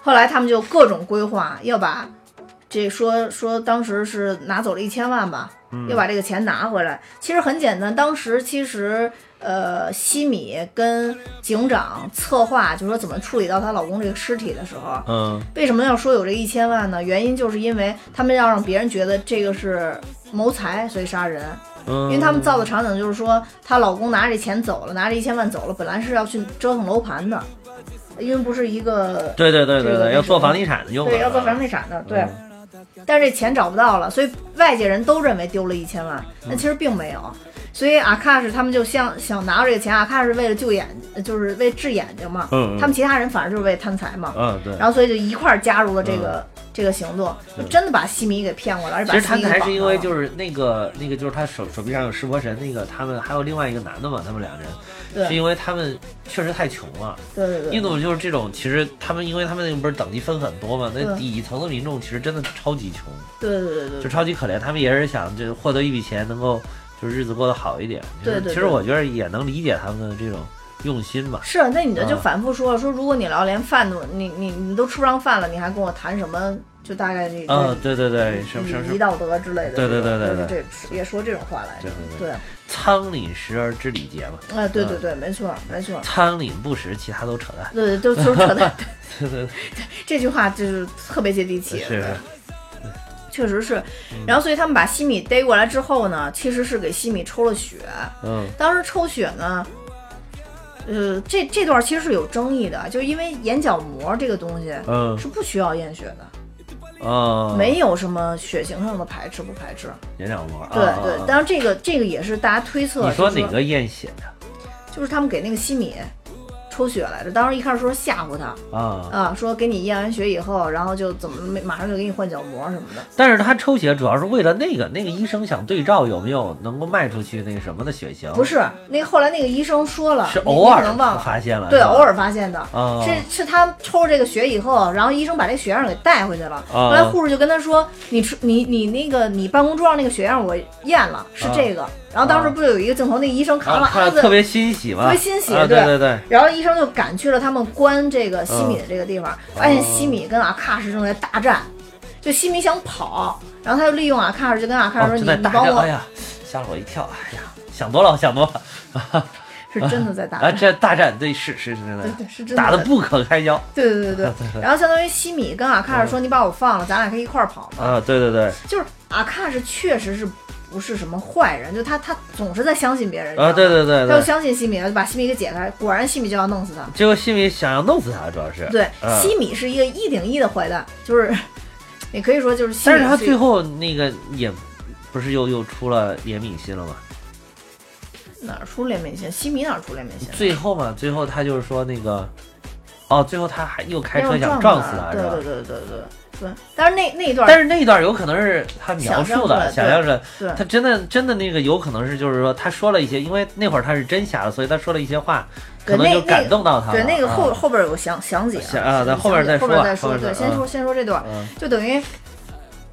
Speaker 1: 后来他们就各种规划，要把这说说当时是拿走了一千万吧，要把这个钱拿回来。其实很简单，当时其实呃，西米跟警长策划，就说怎么处理到她老公这个尸体的时候，
Speaker 2: 嗯
Speaker 1: 为什么要说有这一千万呢？原因就是因为他们要让别人觉得这个是谋财，所以杀人。
Speaker 2: 嗯，
Speaker 1: 因为他们造的场景就是说，她老公拿着钱走了，拿着一千万走了，本来是要去折腾楼盘的，因为不是一个
Speaker 2: 对对对对
Speaker 1: 这个
Speaker 2: 对，要做房地产的啊嗯用
Speaker 1: 对，
Speaker 2: 嘛
Speaker 1: 要做房地产的，对。但是这钱找不到了，所以外界人都认为丢了一千万，
Speaker 2: 嗯
Speaker 1: 但其实并没有。所以阿卡什他们就想想拿到这个钱，阿卡什为了救眼，就是为治眼睛嘛。
Speaker 2: 嗯嗯
Speaker 1: 他们其他人反正就是为贪财嘛。
Speaker 2: 嗯对。
Speaker 1: 然后所以就一块儿加入了这个、这个行动，就真的把西米给骗过来，而且
Speaker 2: 其
Speaker 1: 把西
Speaker 2: 实贪
Speaker 1: 米给
Speaker 2: 财
Speaker 1: 绑
Speaker 2: 是因
Speaker 1: 上
Speaker 2: 为
Speaker 1: 了
Speaker 2: 就是那个那个就是他手手臂上有湿婆神那个，他们还有另外一个男的嘛，他们两人
Speaker 1: 对
Speaker 2: 是因为他们确实太穷了。
Speaker 1: 对对对
Speaker 2: 印度就是这种，其实他们因为他们那个不是等级分很多嘛，那
Speaker 1: 对
Speaker 2: 底层的民众其实真的超级穷，
Speaker 1: 对对对对
Speaker 2: 就
Speaker 1: 对，
Speaker 2: 超级可怜。他们也是想就获得一笔钱，能够就是日子过得好一点。
Speaker 1: 对对
Speaker 2: 就是
Speaker 1: 对
Speaker 2: 其实我觉得也能理解他们的这种用心吧。
Speaker 1: 是，那你这就
Speaker 2: 啊
Speaker 1: 反复说了，说如果你要连饭都你你你都吃不上饭了，你还跟我谈什么？就大概这
Speaker 2: 啊
Speaker 1: 个，
Speaker 2: 对对对，什么什么什
Speaker 1: 礼仪嗯
Speaker 2: 么，
Speaker 1: 道德之类的这种，
Speaker 2: 对对对对
Speaker 1: 就是
Speaker 2: 对
Speaker 1: 这也说这种话来着
Speaker 2: 对，对对，
Speaker 1: 对，
Speaker 2: 嗯仓廪实而知礼节嘛。
Speaker 1: 啊，对对对，没错没错，
Speaker 2: 仓廪不实，其他都扯淡。
Speaker 1: 对对，都都扯淡，
Speaker 2: 对对
Speaker 1: 这句话就是特别接地
Speaker 2: 对，
Speaker 1: 气，
Speaker 2: 是嗯是，
Speaker 1: 确实是。然后，所以他们把西米逮过来之后呢，其实是给西米抽了血。
Speaker 2: 嗯
Speaker 1: 当时抽血呢，呃，这这段其实是有争议的，就因为眼角膜这个东西
Speaker 2: 嗯
Speaker 1: 是不需要验血的，
Speaker 2: 啊，
Speaker 1: 没有什么血型上的排斥不排斥。
Speaker 2: 眼角膜。
Speaker 1: 对
Speaker 2: 啊
Speaker 1: 对，
Speaker 2: 啊
Speaker 1: 当然这个这个也是大家推测，
Speaker 2: 你说
Speaker 1: 就是
Speaker 2: 哪个验血的
Speaker 1: 就是他们给那个西米抽血来着，当时一开始说吓唬他
Speaker 2: 啊？
Speaker 1: 啊，说给你验完血以后，然后就怎么没马上就给你换角膜什么的。
Speaker 2: 但是他抽血主要是为了那个那个医生想对照有没有能够卖出去那个什么的血型，
Speaker 1: 不是，那个后来那个医生说了，
Speaker 2: 是
Speaker 1: 你
Speaker 2: 偶
Speaker 1: 你可
Speaker 2: 尔
Speaker 1: 能忘了，
Speaker 2: 发现了，
Speaker 1: 对，
Speaker 2: 是吧
Speaker 1: 偶尔发现的。
Speaker 2: 啊，
Speaker 1: 是是他抽这个血以后，然后医生把这血样给带回去了。
Speaker 2: 啊
Speaker 1: 后来护士就跟他说：“你吃你你那个你办公桌上那个血样我验了，是这个。”然后当时不是有一个镜头，那个医生扛了
Speaker 2: 啊看
Speaker 1: 儿
Speaker 2: 了特
Speaker 1: 子，
Speaker 2: 别欣喜嘛，
Speaker 1: 特别欣喜
Speaker 2: 啊
Speaker 1: 对
Speaker 2: 对对对，
Speaker 1: 然后医生就赶去了他们关这个西
Speaker 2: 嗯
Speaker 1: 米的这个地方，发现西米跟阿卡什正在大战，就西米想跑，然后他就利用阿卡什就跟阿卡什
Speaker 2: 哦，
Speaker 1: 说：“
Speaker 2: 正
Speaker 1: 你
Speaker 2: 在
Speaker 1: 你
Speaker 2: 大
Speaker 1: 帮
Speaker 2: 战，哎
Speaker 1: 我
Speaker 2: 呀，吓了我一跳，哎呀，想多了，我想多了，
Speaker 1: 是真的在大
Speaker 2: 啊，
Speaker 1: 战，
Speaker 2: 这大战对是是是
Speaker 1: 对
Speaker 2: 的，
Speaker 1: 对是真的
Speaker 2: 打
Speaker 1: 在
Speaker 2: 的不可开交
Speaker 1: 对对对 对，然后相当于西米跟阿卡尔说：“
Speaker 2: 嗯
Speaker 1: 你把我放了，咱俩可以一块儿跑嘛。
Speaker 2: 啊，对对对，”
Speaker 1: 就是阿卡是确实是不是什么坏人，就他他总是在相信别人
Speaker 2: 啊，对，对对
Speaker 1: 他就
Speaker 2: 对，
Speaker 1: 相信西米，就把西米给解开，果然西米就要弄死他。
Speaker 2: 结果心里想要弄死他，主要是，
Speaker 1: 对，
Speaker 2: 嗯
Speaker 1: 西米是一个一顶一的坏蛋，就是也可以说就是西米
Speaker 2: 但是他
Speaker 1: 是
Speaker 2: 最后那个也不是又又出了怜悯心了吗？
Speaker 1: 哪儿出怜悯心？西米哪儿出怜悯心？
Speaker 2: 最后嘛，最后他就是说那个，哦，最后他还又开车
Speaker 1: 要
Speaker 2: 想撞死
Speaker 1: 他，
Speaker 2: 他，
Speaker 1: 对
Speaker 2: 是吧
Speaker 1: 对？对对对对。但是那那一段，
Speaker 2: 但是那一段有可能是他描述的，
Speaker 1: 想象
Speaker 2: 想象着
Speaker 1: 对
Speaker 2: 他真的真的那个有可能是就是说他说了一些，因为那会儿他是真瞎了，所以他说了一些话，
Speaker 1: 对
Speaker 2: 可能就感动到他了。
Speaker 1: 对，那个后、
Speaker 2: 啊
Speaker 1: 后边有详详解
Speaker 2: 详啊咱
Speaker 1: 详
Speaker 2: 后边
Speaker 1: 解
Speaker 2: 再
Speaker 1: 后
Speaker 2: 说
Speaker 1: 边
Speaker 2: 吧
Speaker 1: 再
Speaker 2: 后边
Speaker 1: 对，
Speaker 2: 再
Speaker 1: 先
Speaker 2: 啊
Speaker 1: 说先说这段，
Speaker 2: 嗯
Speaker 1: 就等于，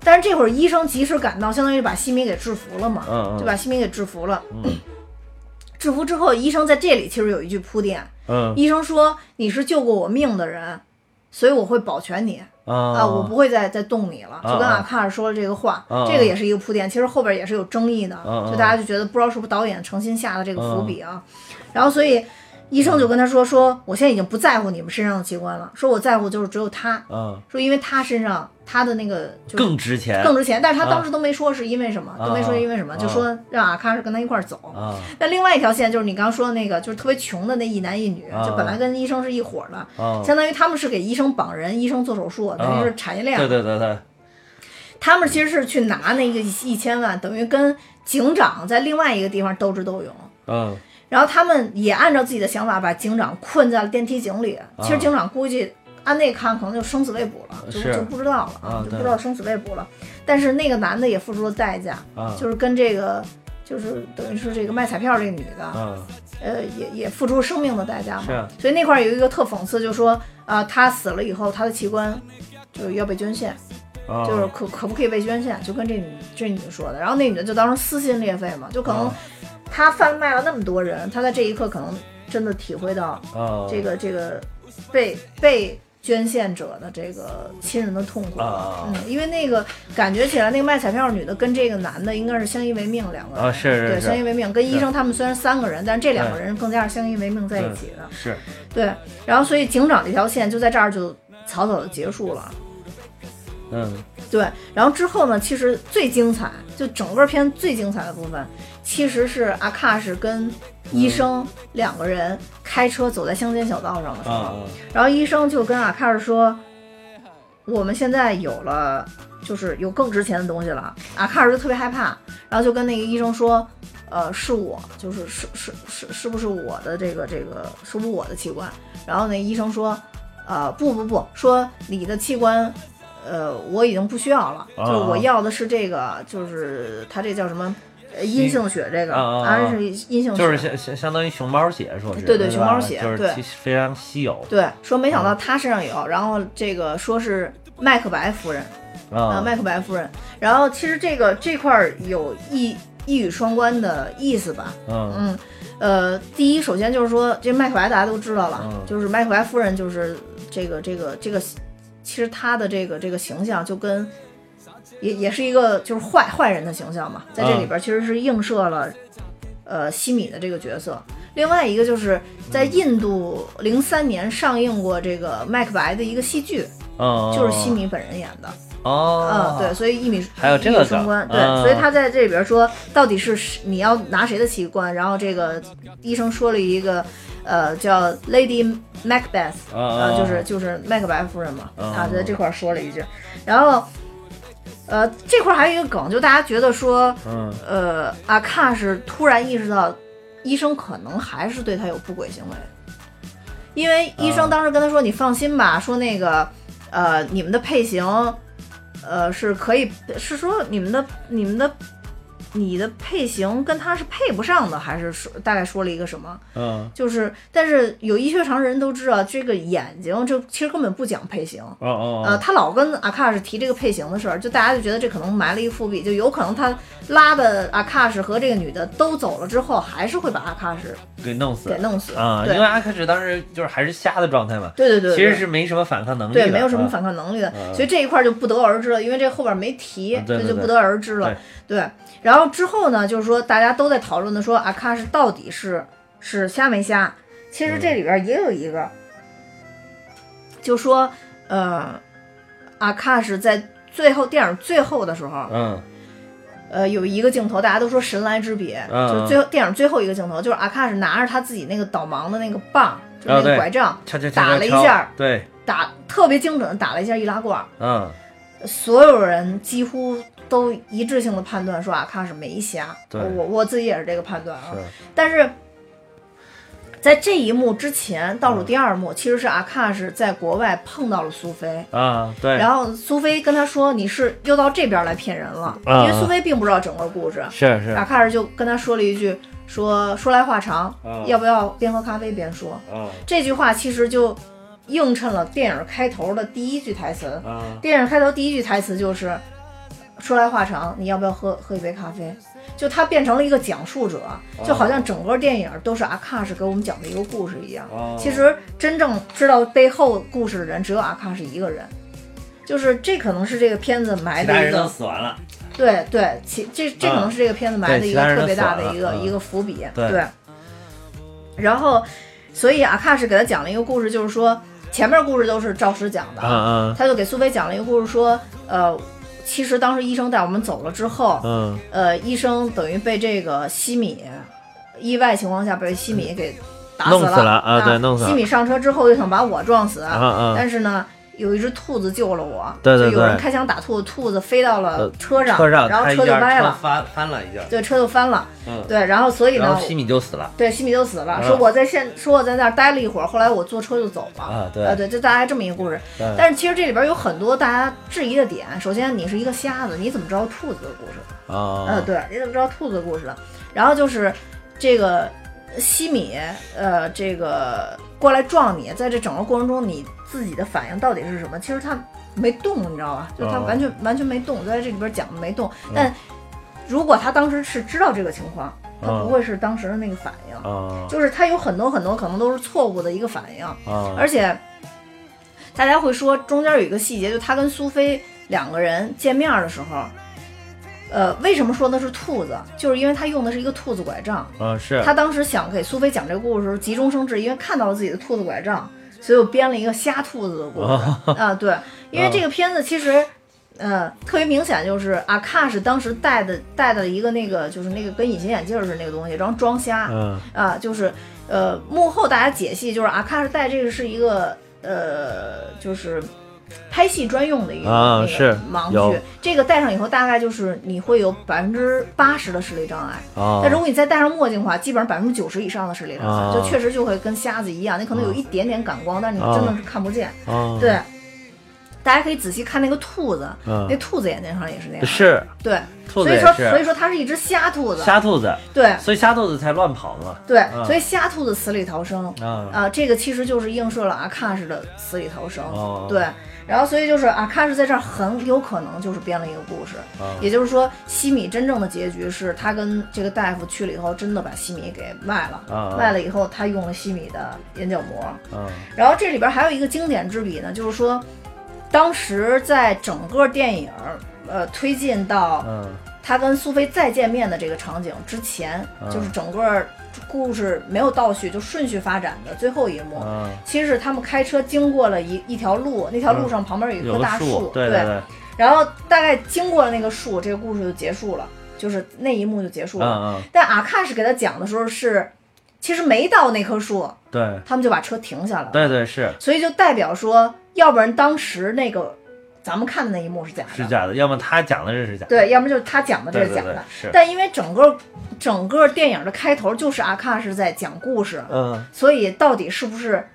Speaker 1: 但是这会儿医生及时赶到，相当于把西米给制服了嘛，
Speaker 2: 嗯嗯
Speaker 1: 就把西米给制服了。
Speaker 2: 嗯
Speaker 1: 制服之后，医生在这里其实有一句铺垫，
Speaker 2: 嗯
Speaker 1: 医生说你是救过我命的人，所以我会保全你
Speaker 2: 嗯
Speaker 1: 啊，我不会再再动你了，就跟
Speaker 2: 啊
Speaker 1: 阿卡尔说了这个话，
Speaker 2: 啊
Speaker 1: 这个也是一个铺垫，其实后边也是有争议的，
Speaker 2: 啊
Speaker 1: 就大家就觉得不知道是不是导演诚心下的这个伏笔啊，
Speaker 2: 嗯
Speaker 1: 然后所以医生就跟他说说我现在已经不在乎你们身上的器官了，说我在乎就是只有他，
Speaker 2: 嗯
Speaker 1: 说因为他身上他的那个就是
Speaker 2: 更值钱
Speaker 1: 更值钱，但是他当时都没说是因为什么，
Speaker 2: 哎啊
Speaker 1: 都没说因为什么，
Speaker 2: 啊
Speaker 1: 就说让阿卡是跟他一块儿走。
Speaker 2: 啊
Speaker 1: 那另外一条线就是你刚刚说的那个，就是特别穷的那一男一女，
Speaker 2: 啊
Speaker 1: 就本来跟医生是一伙儿的，
Speaker 2: 啊，
Speaker 1: 相当于他们是给医生绑人，医生做手术，等于是产业链。
Speaker 2: 对对对对，
Speaker 1: 他们其实是去拿那个一千万，等于跟警长在另外一个地方斗智斗勇。
Speaker 2: 嗯
Speaker 1: 然后他们也按照自己的想法把警长困在了电梯井
Speaker 2: 啊
Speaker 1: 里。其实警长估计按那看可能就生死未卜了，就是就不知道了
Speaker 2: 呃啊
Speaker 1: 就
Speaker 2: 对
Speaker 1: 不知道生死未卜了。但是那个男的也付出了代价，
Speaker 2: 啊
Speaker 1: 就是跟这个就是等于是这个卖彩票这个女的，
Speaker 2: 嗯
Speaker 1: 呃，也也付出生命的代价嘛。
Speaker 2: 是啊
Speaker 1: 所以那块儿有一个特讽刺，就说啊、他死了以后，他的器官就是要被捐献，
Speaker 2: 啊，
Speaker 1: 就是可可不可以被捐献，就跟这女这女的说的。然后那女的就当时撕心裂肺嘛，就可能
Speaker 2: 啊
Speaker 1: 她贩卖了那么多人，她在这一刻可能真的体会到
Speaker 2: 啊
Speaker 1: 这个这个被被捐献者的这个亲人的痛苦
Speaker 2: 啊
Speaker 1: 嗯，因为那个感觉起来，那个卖彩票女的跟这个男的应该是相依为命两个人。
Speaker 2: 啊是
Speaker 1: 对，
Speaker 2: 是
Speaker 1: 相依
Speaker 2: 是
Speaker 1: 为命，跟医生他们虽然三个人，但是这两个人更加是相依为命在一起的。
Speaker 2: 是，
Speaker 1: 对，然后所以警长这条线就在这儿就草草的结束了。
Speaker 2: 嗯
Speaker 1: 对，然后之后呢，其实最精彩，就整个片最精彩的部分，其实是阿卡是跟医
Speaker 2: 嗯
Speaker 1: 生两个人开车走在乡间小道上的时
Speaker 2: 啊
Speaker 1: 候，
Speaker 2: 啊
Speaker 1: 然后医生就跟阿卡尔说：“我们现在有了，就是有更值钱的东西了。”阿卡尔就特别害怕，然后就跟那个医生说：“呃，是我，就是是是是是不是我的这个这个是不是我的器官？”然后那医生说：“呃，不不不，说你的器官。”呃，我已经不需要了，
Speaker 2: 啊
Speaker 1: 就是我要的是这个，就是他这叫什么，呃阴性血这个，
Speaker 2: 啊啊啊
Speaker 1: 是阴性血，
Speaker 2: 就是相相相当于熊猫血，说是
Speaker 1: 对对
Speaker 2: 吧
Speaker 1: 熊猫血
Speaker 2: 就是
Speaker 1: 对
Speaker 2: 其实非常稀有
Speaker 1: 对，说没想到他身上有，然后这个说是麦克白夫人啊、
Speaker 2: 啊
Speaker 1: 麦克白夫人，然后其实这个这块儿有一一语双关的意思吧。
Speaker 2: 嗯
Speaker 1: 嗯，呃，第一，首先就是说，这麦克白大家都知道了，
Speaker 2: 嗯
Speaker 1: 就是麦克白夫人，就是这个这个这个，其实她的这个这个形象就跟也也是一个就是坏坏人的形象嘛，在这里边其实是映射了、呃西米的这个角色。另外一个就是在印度零三年上映过这个麦克白的一个戏剧，
Speaker 2: 嗯，
Speaker 1: 就是西米本人演的。嗯，，
Speaker 2: 哦
Speaker 1: 对，，所以一米
Speaker 2: 还有这个
Speaker 1: 一语双关，对，
Speaker 2: 嗯
Speaker 1: 所以他在这里边说到底是谁你要拿谁的器官，然后这个医生说了一个呃叫 Lady Macbeth，
Speaker 2: 啊啊
Speaker 1: 呃，就是就是麦克白夫人嘛，
Speaker 2: 嗯
Speaker 1: 啊，在这块儿说了一句，然后呃这块儿还有一个梗，就大家觉得说
Speaker 2: 嗯
Speaker 1: 呃阿卡是突然意识到医生可能还是对他有不轨行为，因为医生
Speaker 2: 嗯
Speaker 1: 当时跟他说：“你放心吧，说那个呃你们的配型，呃是可以是说你们的你们的。”你的配型跟他是配不上的，还是说大概说了一个什么？
Speaker 2: 嗯
Speaker 1: 就是，但是有医学常识人都知道，这个眼睛这其实根本不讲配型，
Speaker 2: 哦哦，
Speaker 1: 呃，他老跟阿卡什提这个配型的事儿，就大家就觉得这可能埋了一伏笔，就有可能他拉的阿卡什和这个女的都走了之后，还是会把阿卡什
Speaker 2: 给弄死
Speaker 1: 给弄死。
Speaker 2: 啊，因
Speaker 1: 对
Speaker 2: 为阿克什当时就是还是瞎的状态嘛，
Speaker 1: 对对对，
Speaker 2: 其实
Speaker 1: 对
Speaker 2: 是没什么反抗能力的，
Speaker 1: 对没有什么
Speaker 2: 啊
Speaker 1: 反抗能力的，
Speaker 2: 嗯
Speaker 1: 所以这一块就不得而知了，因为这后边没提，
Speaker 2: 嗯对对
Speaker 1: 这就
Speaker 2: 对
Speaker 1: 不得而知了。对，然后之后呢，就是说大家都在讨论的说阿卡什到底是是瞎没瞎，其实
Speaker 2: 嗯
Speaker 1: 这里边也有一个，就说呃，阿卡什在最后电影最后的时候，
Speaker 2: 嗯
Speaker 1: 呃，有一个镜头，大家都说神来之笔，
Speaker 2: 嗯
Speaker 1: 就是最后电影最后一个镜头，就是阿啊卡什拿着他自己那个导盲的那个棒，就是那
Speaker 2: 啊对
Speaker 1: 个拐杖，
Speaker 2: 敲敲敲
Speaker 1: 打了一
Speaker 2: 敲
Speaker 1: 下，
Speaker 2: 对，
Speaker 1: 打特别精准的打了一下易拉罐，
Speaker 2: 嗯
Speaker 1: 所有人几乎都一致性的判断说阿啊卡什没瞎，
Speaker 2: 对
Speaker 1: 我我自己也是这个判断啊，
Speaker 2: 是，
Speaker 1: 但是。在这一幕之前，倒数第二
Speaker 2: 嗯
Speaker 1: 幕、其实是阿卡什在国外碰到了苏菲，
Speaker 2: 啊对，
Speaker 1: 然后苏菲跟他说：“你是又到这边来骗人了。因
Speaker 2: 啊
Speaker 1: 为苏菲并不知道整个故事，
Speaker 2: 是是
Speaker 1: 阿
Speaker 2: 啊
Speaker 1: 卡尔就跟他说了一句：“说说来话长，
Speaker 2: 嗯
Speaker 1: 要不要边喝咖啡边说？”
Speaker 2: 哦
Speaker 1: 这句话其实就映衬了电影开头的第一句台词。
Speaker 2: 啊
Speaker 1: 电影开头第一句台词就是：“说来话长，你要不要喝喝一杯咖啡？”就他变成了一个讲述者，
Speaker 2: 哦
Speaker 1: 就好像整个电影都是阿卡什给我们讲的一个故事一样。
Speaker 2: 哦
Speaker 1: 其实真正知道背后故事的人只有阿卡什一个人，就是这可能是这个片子埋
Speaker 2: 其
Speaker 1: 的
Speaker 2: 他
Speaker 1: 一
Speaker 2: 人
Speaker 1: 个
Speaker 2: 都死完了，
Speaker 1: 对对，其这这可能是这个片子埋的
Speaker 2: 对
Speaker 1: 一
Speaker 2: 其
Speaker 1: 个
Speaker 2: 他人
Speaker 1: 特
Speaker 2: 都
Speaker 1: 别大
Speaker 2: 死
Speaker 1: 的
Speaker 2: 了
Speaker 1: 一个
Speaker 2: 嗯
Speaker 1: 一个伏笔，
Speaker 2: 对
Speaker 1: 对。然后，所以阿卡什给他讲了一个故事，就是说前面故事都是照实讲的，
Speaker 2: 嗯
Speaker 1: 他就给苏菲讲了一个故事说，呃，其实当时医生带我们走了之后，
Speaker 2: 嗯
Speaker 1: 呃，医生等于被这个西米意外情况下被西米给打
Speaker 2: 弄
Speaker 1: 了
Speaker 2: 死了啊对弄死了
Speaker 1: 西米上车之后就想把我撞死，
Speaker 2: 嗯啊啊
Speaker 1: 但是呢，有一只兔子救了我，
Speaker 2: 对对
Speaker 1: 就有人
Speaker 2: 对呃
Speaker 1: 开枪打兔子，兔子飞到了车上，
Speaker 2: 车上
Speaker 1: 然后
Speaker 2: 他
Speaker 1: 车就
Speaker 2: 一下
Speaker 1: 歪
Speaker 2: 车
Speaker 1: 了，
Speaker 2: 翻翻了一下，
Speaker 1: 对，车就翻了，
Speaker 2: 嗯，
Speaker 1: 对，然后所以
Speaker 2: 然
Speaker 1: 呢
Speaker 2: 后，西米就死了，
Speaker 1: 对西米就死了，
Speaker 2: 嗯
Speaker 1: 说我在现，说我在那儿待了一会儿，后来我坐车就走了，
Speaker 2: 啊对
Speaker 1: 呃对，就大概这么一个故事。
Speaker 2: 对
Speaker 1: 但是其实这里边有很多大家质疑的点，首先你是一个瞎子，你怎么知道兔子的故事？呃，
Speaker 2: 啊
Speaker 1: 对，你怎么知道兔子的故事了？然后就是这个西米，呃，这个过来撞你，在这整个过程中，你自己的反应到底是什么？其实他没动，你知道吧？就他
Speaker 2: 哦
Speaker 1: 完全、完全没动，在这里边讲的没动。但如果他当时是知道这个情况，他
Speaker 2: 哦
Speaker 1: 不会是当时的那个反应，
Speaker 2: 啊
Speaker 1: 就是他有很多很多可能都是错误的一个反应。
Speaker 2: 啊
Speaker 1: 而且大家会说中间有一个细节，就他跟苏菲两个人见面的时候，呃，为什么说的是兔子？就是因为他用的是一个兔子拐杖。
Speaker 2: 啊是
Speaker 1: 他当时想给苏菲讲这个故事的时候，急中生智，因为看到了自己的兔子拐杖，所以我编了一个瞎兔子的故事啊、对，因为这个片子其实。呃，特别明显就是阿卡是当时戴的戴的一个那个就是那个跟隐形眼镜似的那个东西，然后装瞎，
Speaker 2: 嗯
Speaker 1: 啊，就是呃，幕后大家解析就是阿卡是带这个是一个呃，就是拍戏专用的一个、
Speaker 2: 啊
Speaker 1: 那个
Speaker 2: 是
Speaker 1: 盲
Speaker 2: 有
Speaker 1: 区。这个戴上以后，大概就是你会有百分之八十的视力障碍。
Speaker 2: 啊
Speaker 1: 但如果你再戴上墨镜的话，基本上百分之九十以上的视力障碍，
Speaker 2: 啊
Speaker 1: 就确
Speaker 2: 哦
Speaker 1: 实就会跟瞎子一样，你可能有一点点感光，但你真的是看不见。
Speaker 2: 啊
Speaker 1: 对。大家可以仔细看那个兔子，
Speaker 2: 嗯
Speaker 1: 那兔子眼睛上也是那样，
Speaker 2: 是
Speaker 1: 对，
Speaker 2: 兔
Speaker 1: 所
Speaker 2: 子
Speaker 1: 以
Speaker 2: 也
Speaker 1: 说所以
Speaker 2: 是
Speaker 1: 说它是一只瞎兔子，
Speaker 2: 瞎兔子，
Speaker 1: 对
Speaker 2: 所以瞎兔子才乱跑嘛。
Speaker 1: 对，
Speaker 2: 嗯
Speaker 1: 所以瞎兔子死里逃生。
Speaker 2: 啊，
Speaker 1: 啊，这个其实就是映射了阿卡什的死里逃生，嗯
Speaker 2: 哦
Speaker 1: 对，然后所以就是阿卡什在这儿很有可能就是编了一个故事，
Speaker 2: 啊
Speaker 1: 也就是说西米真正的结局是他跟这个大夫去了以后，真的把西米给卖了，
Speaker 2: 啊
Speaker 1: 卖了以后他用了西米的眼角膜，
Speaker 2: 啊
Speaker 1: 然后这里边还有一个经典之笔呢，就是说，当时在整个电影呃推进到
Speaker 2: 嗯
Speaker 1: 他跟苏菲再见面的这个场景之前，
Speaker 2: 嗯
Speaker 1: 就是整个故事没有倒叙，就顺序发展的最后一幕。
Speaker 2: 嗯，
Speaker 1: 其实是他们开车经过了一一条路，那条路上旁边有一
Speaker 2: 有
Speaker 1: 棵
Speaker 2: 个
Speaker 1: 嗯大
Speaker 2: 树，
Speaker 1: 对
Speaker 2: 对对，
Speaker 1: 然后大概经过了那个树，这个故事就结束了，就是那一幕就结束
Speaker 2: 嗯
Speaker 1: 了。
Speaker 2: 嗯
Speaker 1: 但阿卡什给他讲的时候是，其实没到那棵树，
Speaker 2: 对
Speaker 1: 他们就把车停下来了。
Speaker 2: 对对是
Speaker 1: 所以就代表说，要不然当时那个咱们看的那一幕是假的，
Speaker 2: 是假的，要么他讲的这是假的，
Speaker 1: 嗯对，要么就是他讲的这
Speaker 2: 对
Speaker 1: 是
Speaker 2: 对
Speaker 1: 假的。
Speaker 2: 对是，
Speaker 1: 但因为整个整个电影的开头就是阿卡是在讲故事，
Speaker 2: 嗯
Speaker 1: 所以到底是不是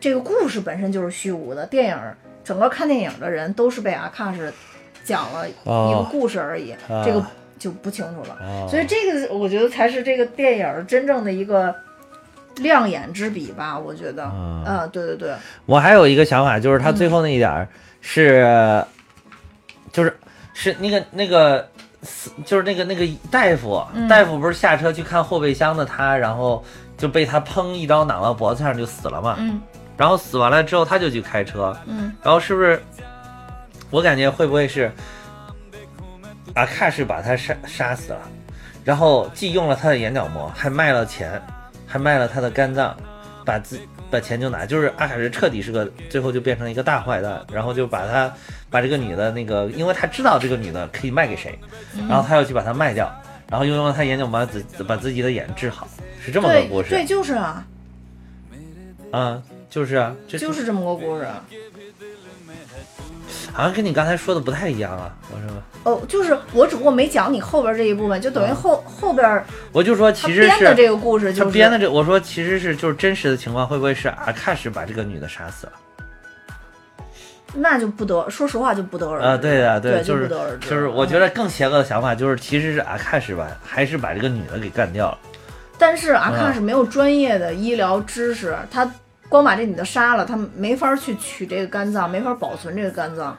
Speaker 1: 这个故事本身就是虚无的？电影整个看电影的人都是被阿卡是讲了一个
Speaker 2: 哦
Speaker 1: 故事而已，
Speaker 2: 啊
Speaker 1: 这个就不清楚了。
Speaker 2: 哦，
Speaker 1: 所以这个我觉得才是这个电影真正的一个亮眼之笔吧，我觉得，
Speaker 2: 嗯
Speaker 1: 嗯，对对对，
Speaker 2: 我还有一个想法，就是他最后那一点儿是，就是是那个那个死，就是那个那个大夫，啊
Speaker 1: 嗯
Speaker 2: 大夫不是下车去看后备箱的他，然后就被他砰一刀挡到脖子上就死了嘛。
Speaker 1: 嗯
Speaker 2: 然后死完了之后，他就去开车，
Speaker 1: 嗯。
Speaker 2: 然后是不是？我感觉会不会是阿卡是把他杀杀死了，然后既用了他的眼角膜，还卖了钱，还卖了他的肝脏，把自把钱就拿，就是阿卡是彻底是个最后就变成一个大坏蛋，然后就把他把这个女的那个，因为他知道这个女的可以卖给谁，
Speaker 1: 嗯
Speaker 2: 然后他又去把她卖掉，然后又用了他眼角膜自把自己的眼治好，是这么个
Speaker 1: 对
Speaker 2: 故事
Speaker 1: 对，就是啊，
Speaker 2: 啊、就是啊，这
Speaker 1: 就是这么个故事。
Speaker 2: 好像跟你刚才说的不太一样啊，我说。
Speaker 1: 哦，就是我只不过没讲你后边这一部分，就等于
Speaker 2: 嗯
Speaker 1: 后、后边儿
Speaker 2: 我就说，
Speaker 1: 他
Speaker 2: 其实
Speaker 1: 编的
Speaker 2: 是
Speaker 1: 这个故事就是
Speaker 2: 他编的这，我说其实是就是真实的情况，会不会是阿卡什把这个女的杀死了？
Speaker 1: 那就不得，说实话就不得而知
Speaker 2: 啊，对的，
Speaker 1: 对，
Speaker 2: 就
Speaker 1: 不
Speaker 2: 是
Speaker 1: 得而知。
Speaker 2: 就是，我
Speaker 1: 得，
Speaker 2: 觉得更邪恶的想法就是，其实是阿卡什吧，还是把这个女的给干掉了。
Speaker 1: 但是
Speaker 2: 啊
Speaker 1: 阿卡是没有专业的医疗知识，他光把这女的杀了，他没法去取这个肝脏，没法保存这个肝脏。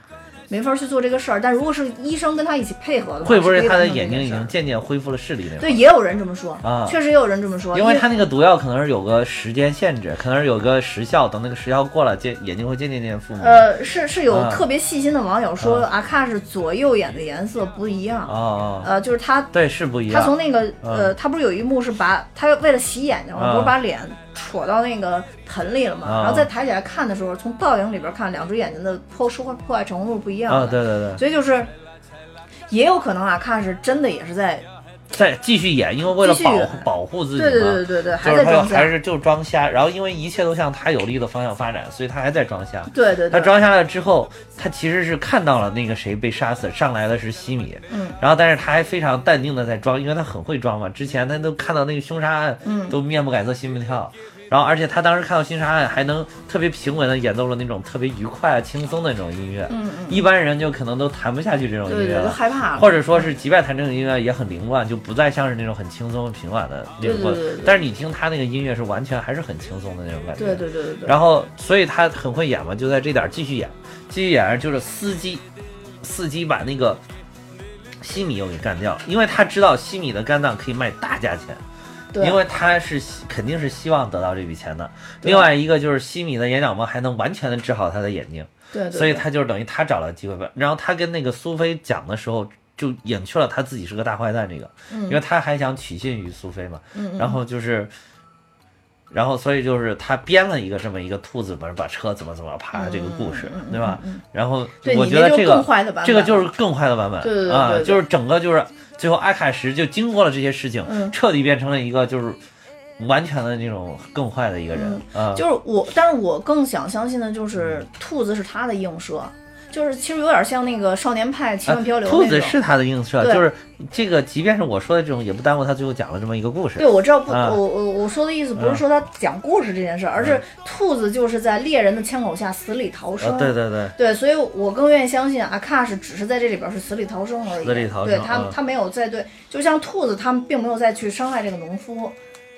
Speaker 1: 没法去做这个事儿，但如果是医生跟他一起配合的话，
Speaker 2: 会不
Speaker 1: 是
Speaker 2: 会
Speaker 1: 可以
Speaker 2: 她的
Speaker 1: 完成
Speaker 2: 眼
Speaker 1: 这
Speaker 2: 睛
Speaker 1: 件
Speaker 2: 已
Speaker 1: 事儿
Speaker 2: 经渐渐恢复了视力那种？
Speaker 1: 对，也有人这么说，
Speaker 2: 啊
Speaker 1: 确实也有人这么说，
Speaker 2: 因
Speaker 1: 因
Speaker 2: 为她那个毒药可能是有个时间限制，可能是有个时效，等那个时效过了，渐眼睛会渐渐渐复明。
Speaker 1: 呃，是是有
Speaker 2: 啊
Speaker 1: 特别细心的网友说，阿卡是左右眼的颜色不一样，
Speaker 2: 哦哦，
Speaker 1: 呃，就是他
Speaker 2: 对，是不一
Speaker 1: 他
Speaker 2: 样
Speaker 1: 从。那个
Speaker 2: 嗯
Speaker 1: 呃，他不是有一幕是把他为了洗眼睛嘛，
Speaker 2: 啊
Speaker 1: 不是把脸戳到那个盆里了嘛，
Speaker 2: 啊
Speaker 1: 然后再抬起来看的时候，从倒影里边看，两只眼睛的破受破坏程度不一样
Speaker 2: 啊，
Speaker 1: 的，
Speaker 2: 对对对，
Speaker 1: 所以就是也有可能阿卡是真的也是在，
Speaker 2: 再继续演，因为为了
Speaker 1: 继续
Speaker 2: 保
Speaker 1: 演
Speaker 2: 护保护自己嘛。
Speaker 1: 对对对对对对，
Speaker 2: 就
Speaker 1: 还
Speaker 2: 是
Speaker 1: 在
Speaker 2: 他
Speaker 1: 装瞎
Speaker 2: 还，是就装瞎，然后因为一切都向他有利的方向发展，所以他还在装瞎。
Speaker 1: 对对
Speaker 2: 他
Speaker 1: 对，
Speaker 2: 装瞎了之后，他其实是看到了那个谁被杀死，上来的是西米，
Speaker 1: 嗯，
Speaker 2: 然后但是他还非常淡定的在装，因为他很会装嘛。之前他都看到那个凶杀案，
Speaker 1: 嗯
Speaker 2: 都面不改色心不跳。然后，而且他当时看到凶杀案，还能特别平稳的演奏了那种特别愉快、啊轻松的那种音乐。
Speaker 1: 嗯嗯，
Speaker 2: 一般人就可能都弹不下去这种
Speaker 1: 对
Speaker 2: 音乐
Speaker 1: 对，都
Speaker 2: 了，
Speaker 1: 害怕了，
Speaker 2: 或者说是击败弹这种音乐也很凌乱，就不再像是那种很轻松平缓的那种过
Speaker 1: 对
Speaker 2: 程。
Speaker 1: 对对对
Speaker 2: 但是你听他那个音乐是完全还是很轻松的那种感觉。
Speaker 1: 对对对对对，
Speaker 2: 然后，所以他很会演嘛，就在这点儿继续演，继续演就是司机，司机把那个西米又给干掉，因为他知道西米的肝脏可以卖大价钱，
Speaker 1: 对
Speaker 2: 因为他是希肯定是希望得到这笔钱的。
Speaker 1: 对
Speaker 2: 另外一个就是西米的眼角膜还能完全的治好他的眼睛。
Speaker 1: 对对，对
Speaker 2: 所以他就是等于他找了机会吧。然后他跟那个苏菲讲的时候，就隐去了他自己是个大坏蛋这个，
Speaker 1: 嗯
Speaker 2: 因为他还想取信于苏菲嘛。然后就是，然后所以就是他编了一个这么一个兔子把把车怎么怎么爬这个故事，
Speaker 1: 嗯
Speaker 2: 对吧？然后
Speaker 1: 对
Speaker 2: 我
Speaker 1: 你
Speaker 2: 觉
Speaker 1: 那
Speaker 2: 得
Speaker 1: 就
Speaker 2: 这
Speaker 1: 更
Speaker 2: 个
Speaker 1: 坏的版本
Speaker 2: 这个就是更坏的版本
Speaker 1: 对对对
Speaker 2: 啊
Speaker 1: 对，对
Speaker 2: 就是整个就是最后阿卡什就经过了这些事情，
Speaker 1: 嗯
Speaker 2: 彻底变成了一个就是。完全的那种更坏
Speaker 1: 嗯
Speaker 2: 的一个人啊，
Speaker 1: 就是我，但是我更想相信的就是兔子是他的映射，就是其实有点像那个少年派奇幻漂流那种。
Speaker 2: 啊兔子是他的映射，
Speaker 1: 对
Speaker 2: 就是这个，即便是我说的这种，也不耽误他最后讲了这么一个故事
Speaker 1: 对，。我知道不，
Speaker 2: 啊嗯
Speaker 1: 我我我说的意思不是说他讲故事这件事儿，而是兔子就是在猎人的枪口下死里逃
Speaker 2: 啊
Speaker 1: 生。，
Speaker 2: 对对对，
Speaker 1: 对，所以我更愿意相信阿卡是只是在这里边是死里逃生而已。
Speaker 2: 死里逃生
Speaker 1: 对他
Speaker 2: 嗯，
Speaker 1: 他没有再对，就像兔子，他们并没有再去伤害这个农夫。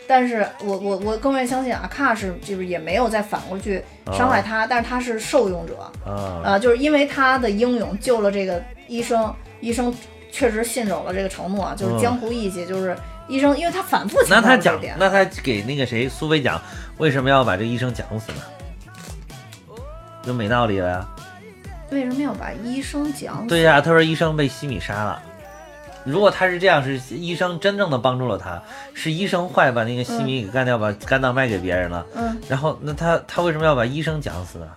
Speaker 1: 但是我我我更愿意相信阿卡是就是也没有再反过去
Speaker 2: 哦
Speaker 1: 伤害他，但是他是受用者，
Speaker 2: 啊，
Speaker 1: 呃，就是因为他的英勇救了这个医生，医生确实信守了这个承诺，啊就是
Speaker 2: 嗯
Speaker 1: 江湖义气，就是医生，因为他反复
Speaker 2: 那
Speaker 1: 强调
Speaker 2: 他
Speaker 1: 了这
Speaker 2: 讲
Speaker 1: 点，，
Speaker 2: 那他给那个谁苏菲讲，为什么要把这个医生讲死呢？就没道理了呀。
Speaker 1: 为什么要把医生讲死？
Speaker 2: 对呀、他说医生被西米杀了。如果他是这样，是医生真正的帮助了他，是医生坏把那个西米给干掉，把肝脏卖给别人了。
Speaker 1: 嗯，
Speaker 2: 然后那他他为什么要把医生讲死呢？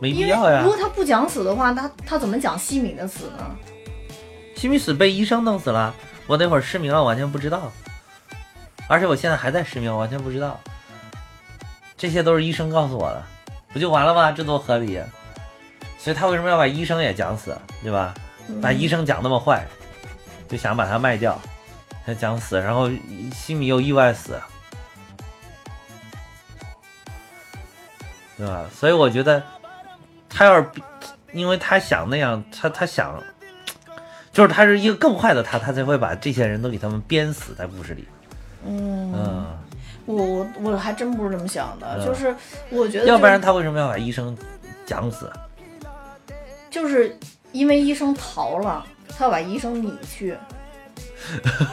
Speaker 2: 没必
Speaker 1: 因
Speaker 2: 要
Speaker 1: 为
Speaker 2: 呀
Speaker 1: 如。果他不讲死的话，他他怎么讲西米的死呢？
Speaker 2: 西米死被医生弄死了，我那会儿失明了，我完全不知道，而且我现在还在失明，我完全不知道。这些都是医生告诉我的，不就完了吗？这多合理！啊所以他为什么要把医生也讲死，对吧？把医生讲那么坏，就想把他卖掉，他讲死，然后西米又意外死，对吧？所以我觉得他要是比，因为他想那样，他他想，就是他是一个更坏的他，他才会把这些人都给他们鞭死在故事里。嗯，
Speaker 1: 我我我还真不是这么想的，
Speaker 2: 嗯
Speaker 1: 就是我觉得、就是，
Speaker 2: 要不然他为什么要把医生讲死？
Speaker 1: 就是因为医生逃了，他要把医生撵去。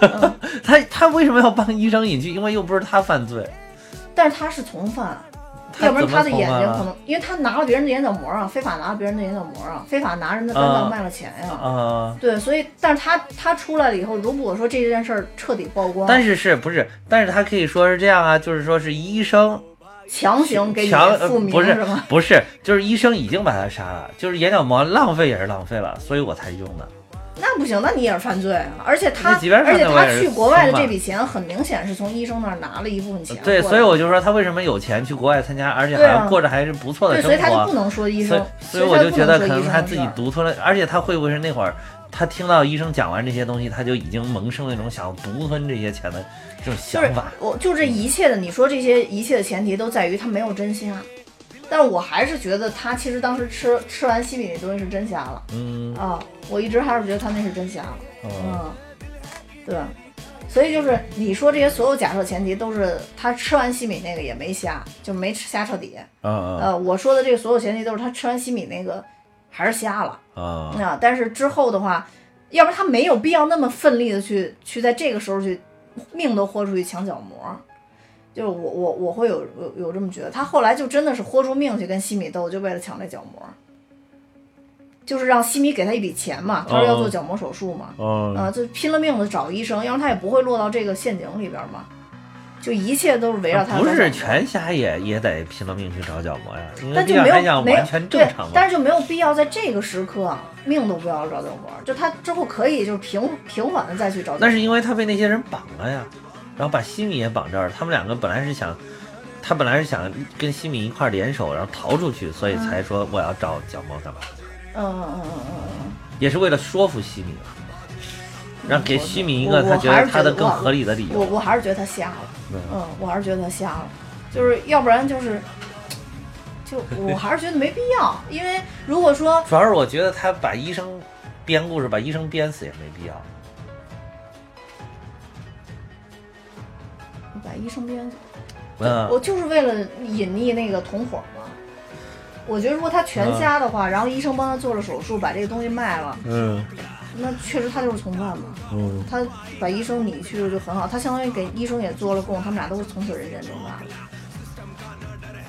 Speaker 1: 嗯
Speaker 2: 他他为什么要帮医生隐去？因为又不是他犯罪，
Speaker 1: 但是他是从犯，
Speaker 2: 他
Speaker 1: 要不然
Speaker 2: 怎么
Speaker 1: 他的眼
Speaker 2: 从犯啊
Speaker 1: 睛
Speaker 2: 了
Speaker 1: 可能，因为他拿了别人的眼角膜啊，非法拿了别人的眼角膜啊，非法拿人的肝
Speaker 2: 啊
Speaker 1: 脏卖了钱呀、
Speaker 2: 啊。
Speaker 1: 对，所以，但是他他出来了以后，如果说这件事儿彻底曝光，
Speaker 2: 但是是不是？但是他可以说是这样啊，就是说是医生
Speaker 1: 强行给你
Speaker 2: 强呃
Speaker 1: 复明
Speaker 2: 不是
Speaker 1: 吗？
Speaker 2: 不是，就是医生已经把他杀了，就是眼角膜浪费也是浪费了，所以我才用的。
Speaker 1: 那不行，那你也是犯罪啊！而且他，
Speaker 2: 那即便是
Speaker 1: 而且
Speaker 2: 犯罪我
Speaker 1: 他
Speaker 2: 也是
Speaker 1: 去国外的
Speaker 2: 从
Speaker 1: 这
Speaker 2: 犯
Speaker 1: 笔钱，很明显是从医生那儿拿了一部分钱过来
Speaker 2: 对，
Speaker 1: 的。
Speaker 2: 所以我就说他为什么有钱去国外参加，而且
Speaker 1: 对啊
Speaker 2: 还过着还是不错的
Speaker 1: 对，
Speaker 2: 生
Speaker 1: 所以他就不
Speaker 2: 活。
Speaker 1: 能说医
Speaker 2: 所以
Speaker 1: 生，，
Speaker 2: 所以我就觉得
Speaker 1: 所
Speaker 2: 可
Speaker 1: 以他就不能说医
Speaker 2: 能
Speaker 1: 生
Speaker 2: 他自己
Speaker 1: 的事儿
Speaker 2: 独吞了，而且他会不会是那会儿他听到医生讲完这些东西，他就已经萌生那种想独吞这些钱的这种
Speaker 1: 就是
Speaker 2: 想法？嗯
Speaker 1: 我就这一切的，你说这些一切的前提都在于他没有真瞎，但是我还是觉得他其实当时吃吃完西米那东西是真瞎了
Speaker 2: 嗯
Speaker 1: 啊，我一直还是觉得他那是真瞎了，
Speaker 2: 嗯
Speaker 1: 嗯，对，所以就是你说这些所有假设前提都是他吃完西米那个也没瞎，就没吃瞎彻底，
Speaker 2: 嗯
Speaker 1: 呃，我说的这个所有前提都是他吃完西米那个还是瞎了。
Speaker 2: 嗯嗯，
Speaker 1: 啊，但是之后的话，要不然他没有必要那么奋力的去去在这个时候去命都豁出去抢角膜，就是我我我会有有有这么觉得，他后来就真的是豁出命去跟西米斗，就为了抢这角膜，就是让西米给他一笔钱嘛，他说要做
Speaker 2: 哦
Speaker 1: 角膜手术嘛，
Speaker 2: 哦，
Speaker 1: 啊，就拼了命的找医生，要不然他也不会落到这个陷阱里边嘛，就一切都是围绕他
Speaker 2: 啊不
Speaker 1: 在
Speaker 2: 是
Speaker 1: 角膜
Speaker 2: 全瞎也也得拼了命去找角膜呀，因为
Speaker 1: 但
Speaker 2: 这
Speaker 1: 就没
Speaker 2: 样还
Speaker 1: 有
Speaker 2: 想
Speaker 1: 没有
Speaker 2: 完全正
Speaker 1: 对
Speaker 2: 常，嘛
Speaker 1: 但。是就没有必要在这个时刻命都不要找角膜，就他之后可以就是平平缓的再去找角膜。
Speaker 2: 那是因为他被那些人绑了呀，然后把西米也绑这儿了。他们两个本来是想，他本来是想跟西米一块儿联手，然后逃出去，所以才说我要找角膜干嘛，
Speaker 1: 嗯嗯嗯嗯嗯
Speaker 2: 也是为了说服西米嘛，让给西米一个
Speaker 1: 我
Speaker 2: 他
Speaker 1: 我还
Speaker 2: 得
Speaker 1: 是
Speaker 2: 他的
Speaker 1: 觉得
Speaker 2: 更
Speaker 1: 我
Speaker 2: 合理的理
Speaker 1: 嗯，我
Speaker 2: 由。
Speaker 1: 我还是觉得他瞎了，
Speaker 2: 嗯
Speaker 1: 嗯，我还是觉得他瞎了，就是要不然就是，就 我还是觉得没必要，因为如果说
Speaker 2: 主要是我觉得他把医生编故事，把医生编死也没必要。
Speaker 1: 把医生编，
Speaker 2: 嗯
Speaker 1: 我就是为了隐匿那个同伙嘛。我觉得如果他全瞎的话，然后医生帮他做了手术，把这个东西卖了，
Speaker 2: 嗯
Speaker 1: 那确实他就是从犯嘛。
Speaker 2: 嗯
Speaker 1: 他把医生你去了就很好，他相当于给医生也做了供，他们俩都是从此人间蒸发了。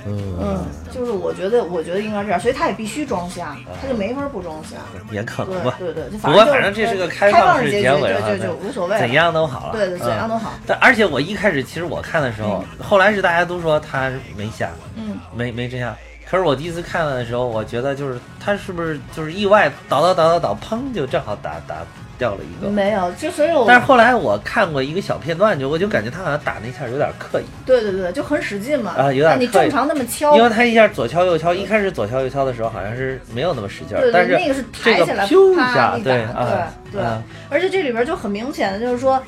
Speaker 2: 嗯，
Speaker 1: 嗯，就是我觉得，我觉得应该这样，所以他也必须装瞎，他就没法不装瞎。
Speaker 2: 也可能吧。
Speaker 1: 对对对，就
Speaker 2: 嗯不
Speaker 1: 反
Speaker 2: 过
Speaker 1: 正就
Speaker 2: 反正这是个
Speaker 1: 开
Speaker 2: 放
Speaker 1: 式
Speaker 2: 式
Speaker 1: 结
Speaker 2: 结尾
Speaker 1: 对
Speaker 2: 哈
Speaker 1: 对对，无所谓了。
Speaker 2: 怎样都好了。
Speaker 1: 对对，怎样
Speaker 2: 嗯
Speaker 1: 都嗯好。
Speaker 2: 但而且我一开始其实我看的时候，后来是大家都说他没瞎，
Speaker 1: 嗯，
Speaker 2: 没没真瞎。可是我第一次看了的时候，我觉得就是他是不是就是意外倒倒倒倒倒，砰就正好打打掉了一个。
Speaker 1: 没有，就所以我
Speaker 2: 但是后来我看过一个小片段，就我就感觉他好像打那一下有点刻意，
Speaker 1: 对对对，就很使劲嘛。
Speaker 2: 啊有点
Speaker 1: 那你
Speaker 2: 刻意
Speaker 1: 正常那么敲，
Speaker 2: 因为他一下左敲右敲，一开始左敲右敲的时候好像是没有那么使劲儿，
Speaker 1: 对
Speaker 2: 但
Speaker 1: 对，那个是
Speaker 2: 这
Speaker 1: 抬
Speaker 2: 个
Speaker 1: 起来
Speaker 2: 咻一
Speaker 1: 啪一
Speaker 2: 下，
Speaker 1: 打，
Speaker 2: 对
Speaker 1: 对
Speaker 2: 啊
Speaker 1: 对
Speaker 2: 啊
Speaker 1: 而且这里边就很明显的就是说，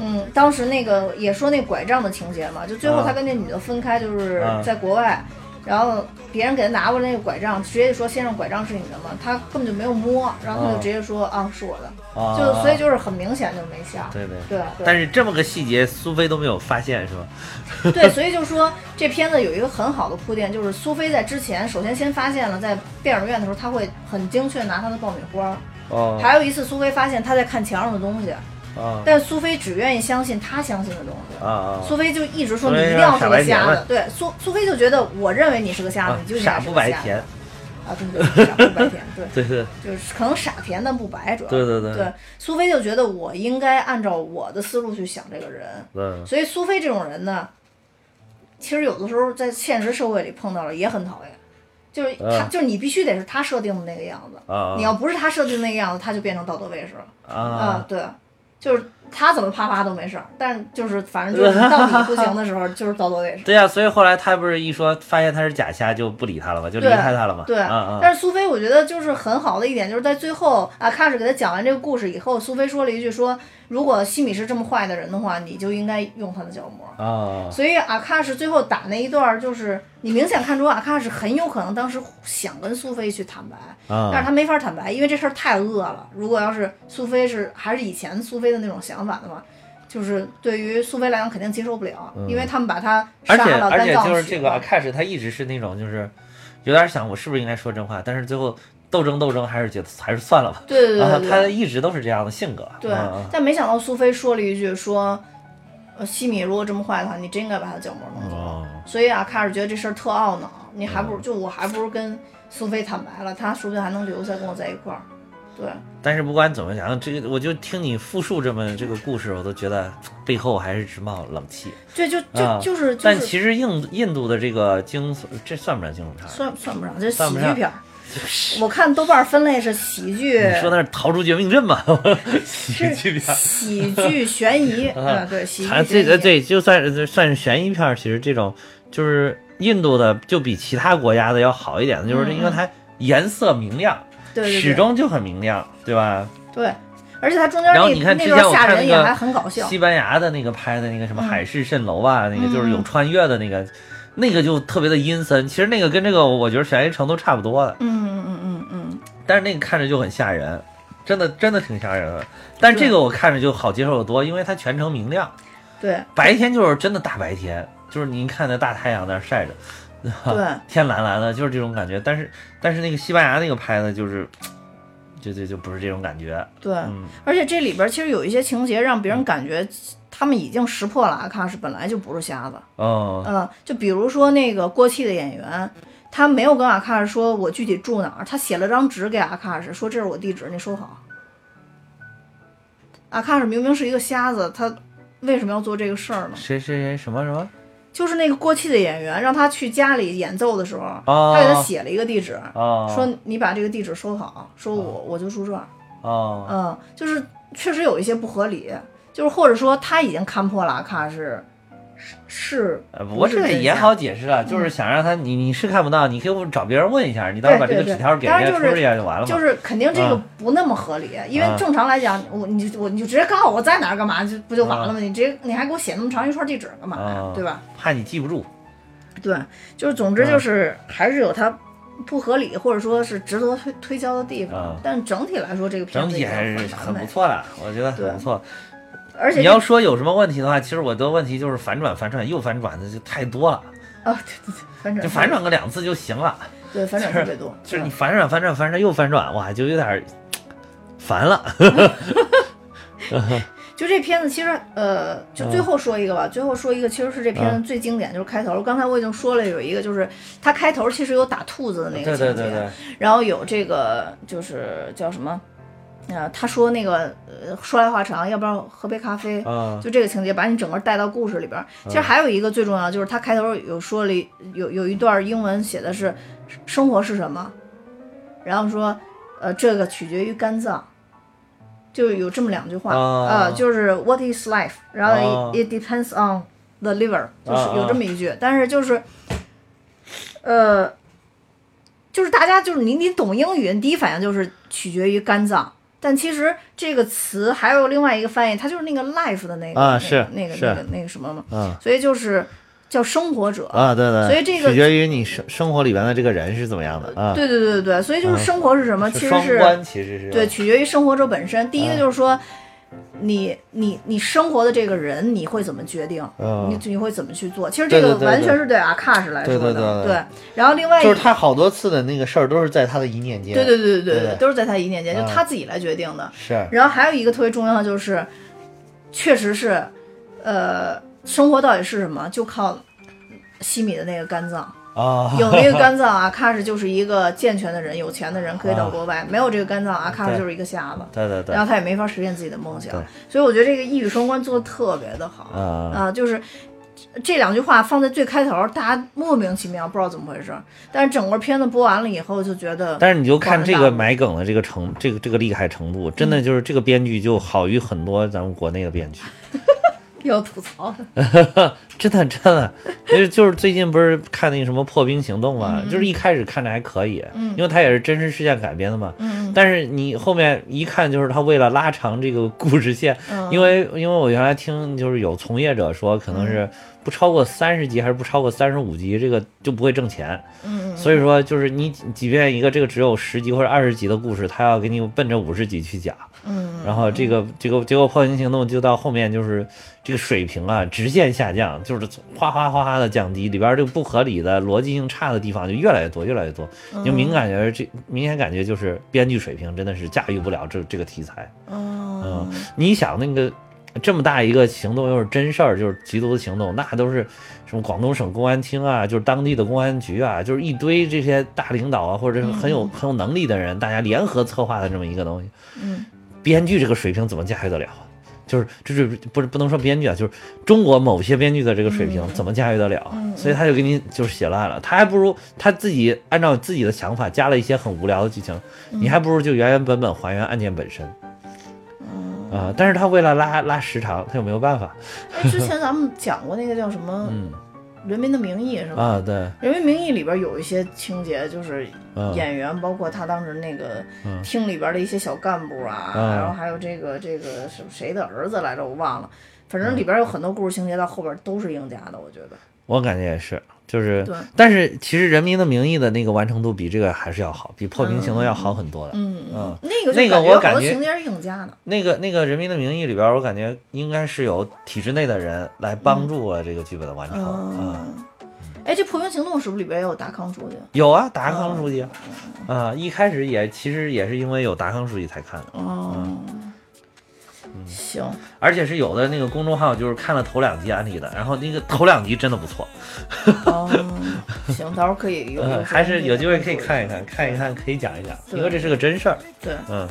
Speaker 1: 嗯，当时那个也说那拐杖的情节嘛，就最后
Speaker 2: 啊
Speaker 1: 他跟那女的分开，就是
Speaker 2: 啊
Speaker 1: 在国外，然后别人给他拿过来那个拐杖，直接就说先生拐杖是你的吗？他根本就没有摸，然后他就
Speaker 2: 啊
Speaker 1: 直接说啊是我的，
Speaker 2: 啊，
Speaker 1: 就所以
Speaker 2: 就
Speaker 1: 就是很明显就没笑。
Speaker 2: 对对。
Speaker 1: 对对
Speaker 2: 但是这么个细节，苏菲都没有发现是吧？
Speaker 1: 对，所以就说这片子有一个很好的铺垫，就是苏菲在之前首先先发现了，在电影院的时候，她会很精确拿她的爆米花儿。
Speaker 2: 哦
Speaker 1: 还有一次，苏菲发现她在看墙上的东西，
Speaker 2: 啊
Speaker 1: 但苏菲只愿意相信她相信的东西。
Speaker 2: 啊啊！
Speaker 1: 苏菲就一直说
Speaker 2: 苏
Speaker 1: 你
Speaker 2: 菲
Speaker 1: 一定
Speaker 2: 要
Speaker 1: 要是
Speaker 2: 傻
Speaker 1: 个
Speaker 2: 白甜
Speaker 1: 瞎
Speaker 2: 嘛
Speaker 1: 子，对苏苏菲就觉得我认为你是个瞎子，
Speaker 2: 啊
Speaker 1: 你就应该
Speaker 2: 傻
Speaker 1: 是
Speaker 2: 不
Speaker 1: 个
Speaker 2: 白
Speaker 1: 瞎子
Speaker 2: 甜，
Speaker 1: 啊，对对，傻不白甜，对，
Speaker 2: 对对
Speaker 1: 就是可能傻甜但不白，主要
Speaker 2: 对对对
Speaker 1: 对，苏菲就觉得我应该按照我的思路去想这个人，
Speaker 2: 嗯
Speaker 1: 所以苏菲这种人呢，其实有的时候在现实社会里碰到了也很讨厌，就是他、
Speaker 2: 嗯
Speaker 1: 就是你必须得是他设定的那个样子，
Speaker 2: 啊
Speaker 1: 你要不是他设定的那个样子，他就变成道德卫士了。啊
Speaker 2: 啊，
Speaker 1: 对，就是他怎么啪啪都没事儿，但就是反正就是到你不行的时候，就是道德卫 士。
Speaker 2: 对呀，所以后来他不是一说发现他是假瞎，就不理他了嘛，就离
Speaker 1: 对
Speaker 2: 开他了嘛。
Speaker 1: 对，
Speaker 2: 啊啊
Speaker 1: 但是苏菲我觉得就是很好的一点，就是在最后啊，开始给他讲完这个故事以后，苏菲说了一句说，如果西米是这么坏的人的话，你就应该用他的角膜。
Speaker 2: 啊
Speaker 1: 所以阿卡什最后打那一段儿，就是你明显看出阿卡什很有可能当时想跟苏菲去坦白，但是
Speaker 2: 啊
Speaker 1: 他没法坦白，因为这事儿太恶了。如果要是苏菲是还是以前苏菲的那种想法的话，就是对于苏菲来讲肯定接受不了，因为他们把他杀
Speaker 2: 嗯而且
Speaker 1: 了，
Speaker 2: 而
Speaker 1: 单
Speaker 2: 且
Speaker 1: 葬
Speaker 2: 就是
Speaker 1: 娶
Speaker 2: 这个
Speaker 1: 了
Speaker 2: Akash，他一直是那种就是有点想我是不是应该说真话，但是最后斗争斗争还是觉得还是算了吧。
Speaker 1: 对对对
Speaker 2: 啊
Speaker 1: 对，，
Speaker 2: 他
Speaker 1: 对
Speaker 2: 一直都是这样的性格。
Speaker 1: 对
Speaker 2: 啊
Speaker 1: 但没想到苏菲说了一句说，呃，西米如果这么坏的话，你真应该把他的角膜弄走。
Speaker 2: 哦嗯
Speaker 1: 所以啊，卡尔觉得这事儿特懊恼，你还不如就我还不如跟苏菲坦白了，他说不定还能留下跟我在一块儿。对，
Speaker 2: 但是不管怎么讲，这个我就听你复述这么这个故事，我都觉得背后还是直冒冷气。
Speaker 1: 这就就、
Speaker 2: 啊
Speaker 1: 就是就
Speaker 2: 但
Speaker 1: 是
Speaker 2: 其实印印度的这个惊悚，这算不算惊悚片儿？
Speaker 1: 算算不上，这是
Speaker 2: 啊算
Speaker 1: 喜
Speaker 2: 不
Speaker 1: 剧
Speaker 2: 上
Speaker 1: 片儿。我看豆瓣儿分类是喜剧，
Speaker 2: 你说那是逃出绝命镇 吧？
Speaker 1: 是
Speaker 2: 喜剧片儿。
Speaker 1: 喜剧悬疑，嗯，对，喜剧 悬
Speaker 2: 啊，
Speaker 1: 疑。
Speaker 2: 这个对，就算是算是悬疑片儿，其实这种就是印度的就比其他国家的要好一点的，就是因为它颜色明亮，
Speaker 1: 嗯对对
Speaker 2: 始
Speaker 1: 对
Speaker 2: 终就很明亮，对吧？
Speaker 1: 对，而且它中间
Speaker 2: 然后
Speaker 1: 那
Speaker 2: 你看
Speaker 1: 那
Speaker 2: 之
Speaker 1: 段
Speaker 2: 前我
Speaker 1: 吓
Speaker 2: 看
Speaker 1: 人
Speaker 2: 那
Speaker 1: 也
Speaker 2: 个
Speaker 1: 还很搞笑，
Speaker 2: 西班牙的那个拍的那个什么
Speaker 1: 嗯
Speaker 2: 海市蜃楼啊，那个就是有穿越的那个，那个就特别的阴森。其实那个跟这个我觉得悬疑程度差不多的，
Speaker 1: 嗯嗯嗯嗯
Speaker 2: 但是那个看着就很吓人，真的真的挺吓人的。但这个我看着就好接受的多，因为它全程明亮，
Speaker 1: 嗯，对
Speaker 2: 白天就是真的大白天，就是您看那大太阳在那晒着，
Speaker 1: 对。
Speaker 2: 天蓝蓝的，就是这种感觉。但是但是那个西班牙那个拍的就是，就就就不是这种感觉。
Speaker 1: 对，
Speaker 2: 嗯
Speaker 1: 而且这里边其实有一些情节让别人感觉他们已经识破了阿卡是本来就不是瞎子，
Speaker 2: 哦
Speaker 1: 嗯、就比如说那个过气的演员。他没有跟阿卡什说我具体住哪儿，他写了张纸给阿卡什说这是我地址，你收好。阿卡什明明是一个瞎子，他为什么要做这个事儿呢？
Speaker 2: 谁谁谁什么什么
Speaker 1: 就是那个过气的演员让他去家里演奏的时候，
Speaker 2: 哦
Speaker 1: 他给他写了一个地址，
Speaker 2: 哦，
Speaker 1: 说你把这个地址收好，说我、我就住这儿。
Speaker 2: 哦
Speaker 1: 嗯，就是确实有一些不合理，就是或者说他已经看破了阿卡是是是
Speaker 2: 呃，不过这
Speaker 1: 是
Speaker 2: 个
Speaker 1: 真
Speaker 2: 也
Speaker 1: 相
Speaker 2: 好解释
Speaker 1: 嗯
Speaker 2: 啊，就是想让他你你是看不到，你可以找别人问一下，你到时候把这
Speaker 1: 对
Speaker 2: 个
Speaker 1: 对
Speaker 2: 纸
Speaker 1: 对
Speaker 2: 条给
Speaker 1: 当然
Speaker 2: 人家
Speaker 1: 就是
Speaker 2: 出去就完了嘛。
Speaker 1: 就是肯定这个
Speaker 2: 嗯
Speaker 1: 不那么合理，因为
Speaker 2: 嗯
Speaker 1: 正常来讲，我你就我你就直接告诉我在哪儿干嘛就不就完了吗？你直接你还给我写那么长一串地址干嘛呀？
Speaker 2: 嗯
Speaker 1: 对吧？
Speaker 2: 怕你记不住。
Speaker 1: 对，就是总之
Speaker 2: 嗯
Speaker 1: 就是还是有它不合理或者说是值得推推销的地方
Speaker 2: 嗯，
Speaker 1: 但整体来说这个片
Speaker 2: 整
Speaker 1: 子
Speaker 2: 体还
Speaker 1: 已经
Speaker 2: 是很
Speaker 1: 完
Speaker 2: 不
Speaker 1: 美，
Speaker 2: 错的，我觉得很
Speaker 1: 对
Speaker 2: 不错。
Speaker 1: 而且
Speaker 2: 你要说有什么问题的话，其实我的问题就是反转、反转又反转的就太多了，
Speaker 1: 啊，对对对，反转
Speaker 2: 就反转个两次就行 了。
Speaker 1: 对反转特别多，
Speaker 2: 就是
Speaker 1: 对
Speaker 2: 你反转、反转、反转又反转，哇，就有点儿烦了。
Speaker 1: 就这片子，其实呃，就
Speaker 2: 嗯
Speaker 1: 最后说一个吧，最后说一个，其实是这片子最经典，就是开头。刚才我已经说了，有一个就是它开头其实有打兔子的那
Speaker 2: 对
Speaker 1: 个
Speaker 2: 对
Speaker 1: 情节，
Speaker 2: 对对，
Speaker 1: 然后有这个就是叫什么，呃，他说那个呃，说来话长，要不然喝杯咖啡。
Speaker 3: 啊
Speaker 2: 嗯
Speaker 1: 就这个情节，把你整个带到故事里边儿。其实还有一个最重要，就是他开头有说了一有有一段英文写的是“生活是什么”，然后说，呃，这个取决于肝脏，就有这么两句话
Speaker 3: 啊
Speaker 1: 啊，就是 What is life？然
Speaker 3: 啊
Speaker 1: 后 it- it depends on the liver，就是有这么一句，但是就是，呃，就是大家就是你你懂英语，你第一反应就是取决于肝脏。但其实这个词还有另外一个翻译，它就是那个 life 的那个那个
Speaker 2: 啊是
Speaker 1: 那个
Speaker 2: 是
Speaker 1: 那个那个什么嘛，
Speaker 2: 嗯
Speaker 1: 所以就是叫生活者
Speaker 2: 啊，对对，
Speaker 1: 所以这个
Speaker 2: 取决于你生生活里边的这个人是怎么样的啊。
Speaker 1: 对对对对对，所以就是生活是什
Speaker 2: 嗯
Speaker 1: 么？其实
Speaker 3: 双
Speaker 1: 是
Speaker 3: 关其实是
Speaker 1: 对，取决于生活者本身。第一个就是说，你你你生活的这个人，你会怎么决定？
Speaker 2: 嗯
Speaker 1: 你你会怎么去做？其实
Speaker 2: 对
Speaker 1: 这
Speaker 2: 对
Speaker 1: 个
Speaker 2: 对
Speaker 1: 完
Speaker 2: 对
Speaker 1: 全是对阿卡什来说
Speaker 2: 对
Speaker 1: 的。
Speaker 2: 对对对
Speaker 1: 然后另外一
Speaker 2: 就是他好多次的那个事儿都是在他的一念间。
Speaker 1: 对对对对
Speaker 2: 对
Speaker 1: 对
Speaker 2: 对
Speaker 1: 对，都是在他一念间，就
Speaker 2: 嗯
Speaker 1: 他自己来决定的。
Speaker 2: 是，
Speaker 1: 然后还有一个特别重要的就是，确实是，呃，生活到底是什么，就靠西米的那个肝脏。
Speaker 2: 啊，
Speaker 1: 有那个肝脏，阿卡什就是一个健全的人、有钱的人，可以到国外；没有这个肝脏，阿卡什就是一个瞎子。
Speaker 2: 对啊对对
Speaker 1: 然，后他也没法实现自己的梦想
Speaker 2: 对，
Speaker 1: 所以我觉得这个一语双关做的特别的好
Speaker 2: 啊
Speaker 1: 啊，就是这两句话放在最开头，大家莫名其妙不知道怎么回事，但是整个片子播完了以后就觉得，
Speaker 2: 但是你就看这
Speaker 1: 广
Speaker 2: 个
Speaker 1: 大
Speaker 2: 埋梗的这个程，这个这个厉害程度，真的
Speaker 1: 嗯
Speaker 2: 就是这个编剧就好于很多咱们国内的编剧，
Speaker 1: 要吐槽，
Speaker 2: 真的真的， 就是就是最近不是看那个什么《破冰行动》嘛，就是一开始看着还可以，因为它也是真实事件改编的嘛，但是你后面一看就是他为了拉长这个故事线，因为因为我原来听就是有从业者说，可能是不超过三十集还是不超过三十五集，这个就不会挣钱，
Speaker 1: 嗯，
Speaker 2: 所以说，就是你即即便一个这个只有十集或者二十集的故事，他要给你奔着五十集去讲，
Speaker 1: 嗯，
Speaker 2: 然后这个这个结果《破冰行动》就到后面就是这个水平啊直线下降，就是哗哗哗哗的降低，里边这个不合理的逻辑性差的地方就越来越多，越来越多，你就明感觉这明显感觉就是编剧水平真的是驾驭不了这这个题材，
Speaker 1: 嗯
Speaker 2: 嗯，你想那个这么大一个行动，又是真事儿，就是缉毒的行动，那都是什么广东省公安厅啊，就是当地的公安局啊，就是一堆这些大领导啊，或者是很有很有能力的人，大家联合策划的这么一个东西。
Speaker 1: 嗯，
Speaker 2: 编剧这个水平怎么驾驭得了啊？就是这就是不是不能说编剧啊，就是中国某些编剧的这个水平
Speaker 1: 嗯
Speaker 2: 怎么驾驭得了啊？所以他就给你就是写烂了，他还不如他自己按照自己的想法加了一些很无聊的剧情，
Speaker 1: 嗯
Speaker 2: 你还不如就原原本本还原案件本身。
Speaker 1: 嗯
Speaker 2: 啊、但是他为了拉拉时长，他又没有办法
Speaker 1: 哎，之前咱们讲过那个叫什么《人民的名义》是吧？
Speaker 2: 嗯啊。对，
Speaker 1: 《人民名义》里边有一些情节，就是
Speaker 2: 嗯
Speaker 1: 演员，包括他当时那个厅里边的一些小干部啊，
Speaker 2: 嗯
Speaker 1: 然后还有这个这个是谁的儿子来着，我忘了。反
Speaker 2: 嗯
Speaker 1: 正里边有很多故事情节，到后边都是硬加的，我觉得。
Speaker 2: 我感觉也是，就是
Speaker 1: 对，
Speaker 2: 但是其实《人民的名义》的那个完成度比这个还是要好，比《破冰行动》要好很多的。
Speaker 1: 嗯
Speaker 2: 嗯
Speaker 1: 那个
Speaker 2: 那
Speaker 1: 就
Speaker 2: 个
Speaker 1: 感
Speaker 2: 我
Speaker 1: 觉
Speaker 2: 感
Speaker 1: 好多
Speaker 2: 觉
Speaker 1: 情节是硬加的。
Speaker 2: 那个那个《人民的名义》里边儿，我感觉应该是有体制内的人来帮助了这个剧本的完成啊、
Speaker 1: 嗯，哎，这《破冰行动》是不是里边也有达康出去？
Speaker 2: 有啊，达
Speaker 1: 哦
Speaker 2: 康书记啊、一开始也其实也是因为有达康书记才看的，
Speaker 1: 哦，
Speaker 2: 嗯
Speaker 1: 行，
Speaker 2: 而且是有的那个公众号就是看了头两集安利的，然后那个头两集真的不错，
Speaker 1: 哦，行，到时候可以有
Speaker 2: 嗯，
Speaker 1: 有
Speaker 2: 还是有机会可以看一看，看一看可以讲一讲，因为这是个真事儿。
Speaker 1: 对。
Speaker 2: 嗯，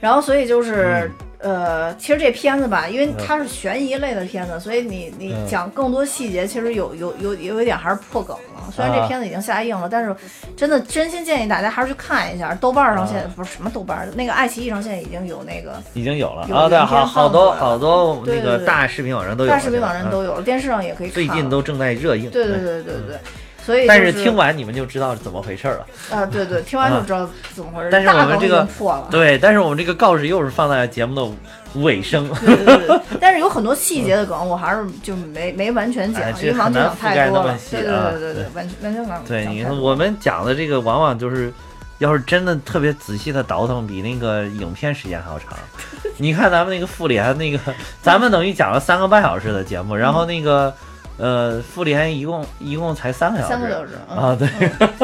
Speaker 1: 然后所以就是、呃，其实这片子吧，因为它是悬疑类的片子，所以你你
Speaker 2: 嗯
Speaker 1: 讲更多细节，其实有有有有一点还是破梗了。虽然
Speaker 2: 啊
Speaker 1: 这片子已经下映了，但是真的真心建议大家还是去看一下。豆瓣上现
Speaker 2: 啊
Speaker 1: 在、不是什么豆瓣儿，那个爱奇艺上现在已经有那个
Speaker 2: 已经有了
Speaker 1: 有
Speaker 2: 啊，对，
Speaker 1: 影片
Speaker 2: 好好
Speaker 1: 放出
Speaker 2: 多
Speaker 1: 来了
Speaker 2: 好多
Speaker 1: 对
Speaker 2: 那
Speaker 1: 对
Speaker 2: 个
Speaker 1: 对
Speaker 2: 大视频网站都有了，
Speaker 1: 大视频网站
Speaker 2: 嗯
Speaker 1: 都有了，电视上也可以看
Speaker 2: 最
Speaker 1: 了。
Speaker 2: 近都正在热映。
Speaker 1: 对对
Speaker 2: 嗯。
Speaker 1: 对对对。所以、就
Speaker 2: 但
Speaker 1: 是
Speaker 2: 是听完你们就知道是怎么回事儿了。
Speaker 1: 啊，对对，听完就知道怎么回事。
Speaker 2: 但是我们
Speaker 1: 大梗
Speaker 2: 这
Speaker 1: 已
Speaker 2: 个
Speaker 1: 经破 了，
Speaker 2: 对，但是我们这个告示又是放在节目的尾声，
Speaker 1: 对对对，对，但是有很多细节的梗，我还是就没没完全讲
Speaker 2: 哎，
Speaker 1: 因为王局
Speaker 2: 这很难
Speaker 1: 长太
Speaker 2: 覆盖那
Speaker 1: 多
Speaker 2: 么
Speaker 1: 了。
Speaker 2: 细
Speaker 1: 对对
Speaker 2: 啊
Speaker 1: 对对对，完全完全讲
Speaker 2: 对，
Speaker 1: 讲
Speaker 2: 你
Speaker 1: 太
Speaker 2: 看
Speaker 1: 多
Speaker 2: 我们讲的这个往往就是，要是真的特别仔细的倒腾，比那个影片时间还 要长。你看咱们那个复联那个，咱们等于讲了三个半小时的节
Speaker 1: 嗯
Speaker 2: 目，然后那个呃复联一共一共才三个小时，
Speaker 1: 三个小时嗯
Speaker 2: 啊，对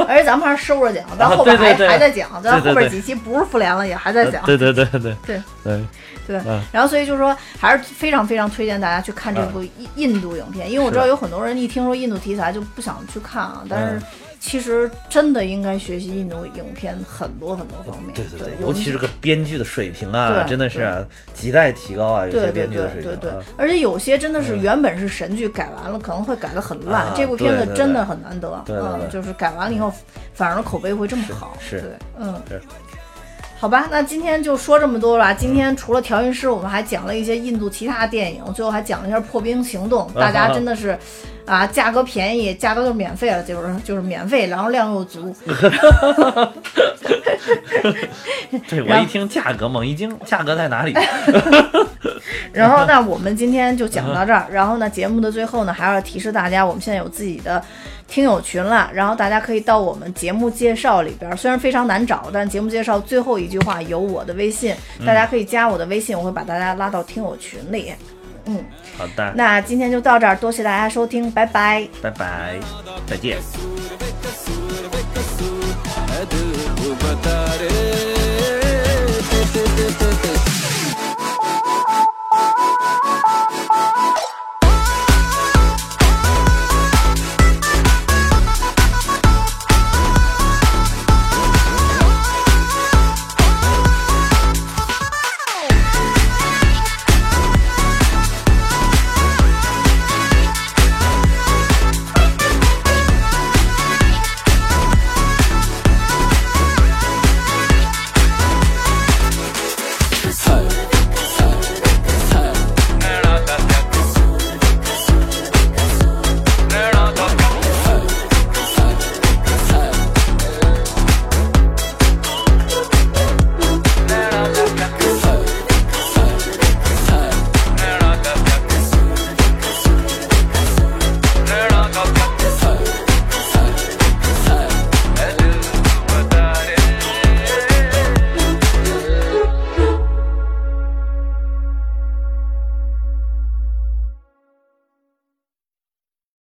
Speaker 1: 而且咱们还是收着讲，咱后边
Speaker 2: 啊对对
Speaker 1: 还
Speaker 2: 对
Speaker 1: 还在讲，咱后
Speaker 2: 对对呃
Speaker 1: 边几期不是复联了，也还 在讲。
Speaker 2: 对对对对
Speaker 1: 对
Speaker 2: 对
Speaker 1: 对
Speaker 2: 嗯，
Speaker 1: 然后所以就是说，还是非常非常推荐大家去看这
Speaker 2: 嗯
Speaker 1: 部印印度影片，因为我知道
Speaker 2: 是
Speaker 1: 有很多人一听说印度题材就不想去看啊，但
Speaker 2: 嗯
Speaker 1: 是其实真的应该学习印度影片很多很多方面。
Speaker 2: 嗯对
Speaker 1: 对
Speaker 2: 对对，
Speaker 1: 有
Speaker 2: 尤其
Speaker 1: 你
Speaker 2: 是个编剧的水平啊，
Speaker 1: 对
Speaker 2: 真的是啊亟待提高啊，有些
Speaker 1: 对对
Speaker 2: 编剧
Speaker 1: 对
Speaker 2: 的水
Speaker 1: 对
Speaker 2: 平
Speaker 1: 对
Speaker 2: 啊。，嗯
Speaker 1: 而且有些真的是原本是神剧，改完了可能会改得很烂
Speaker 2: 啊。
Speaker 1: 这部片
Speaker 2: 对对
Speaker 1: 子
Speaker 2: 对
Speaker 1: 真的很难得，啊
Speaker 2: 对对对
Speaker 1: 嗯，就是改完了以后，反而口碑会这么好。
Speaker 2: 是嗯
Speaker 1: 对，嗯
Speaker 2: 是，
Speaker 1: 好吧，那今天就说这么多了。今天除了调音师，我们还讲了一些印度其他电影，最后还讲了一下《破冰行 动》。大家真的是，啊，价格便宜，价格就是免费了，就是就是免费，然后量又足。
Speaker 2: 对我一听价格猛一惊，价格在 哪里？
Speaker 1: 然后那我们今天就讲到这儿。然后呢，节目的最后呢，还要提示大家，我们现在有自己的听友群了，然后大家可以到我们节目介绍里边，虽然非常难找，但节目介绍最后一句话有我的微信，大家可以加我的微信，我会把大家拉到听友群里。嗯，
Speaker 2: 好的，
Speaker 1: 那今天就到这儿，多谢大家收听，拜拜，
Speaker 2: 拜拜，再见。
Speaker 4: बता रे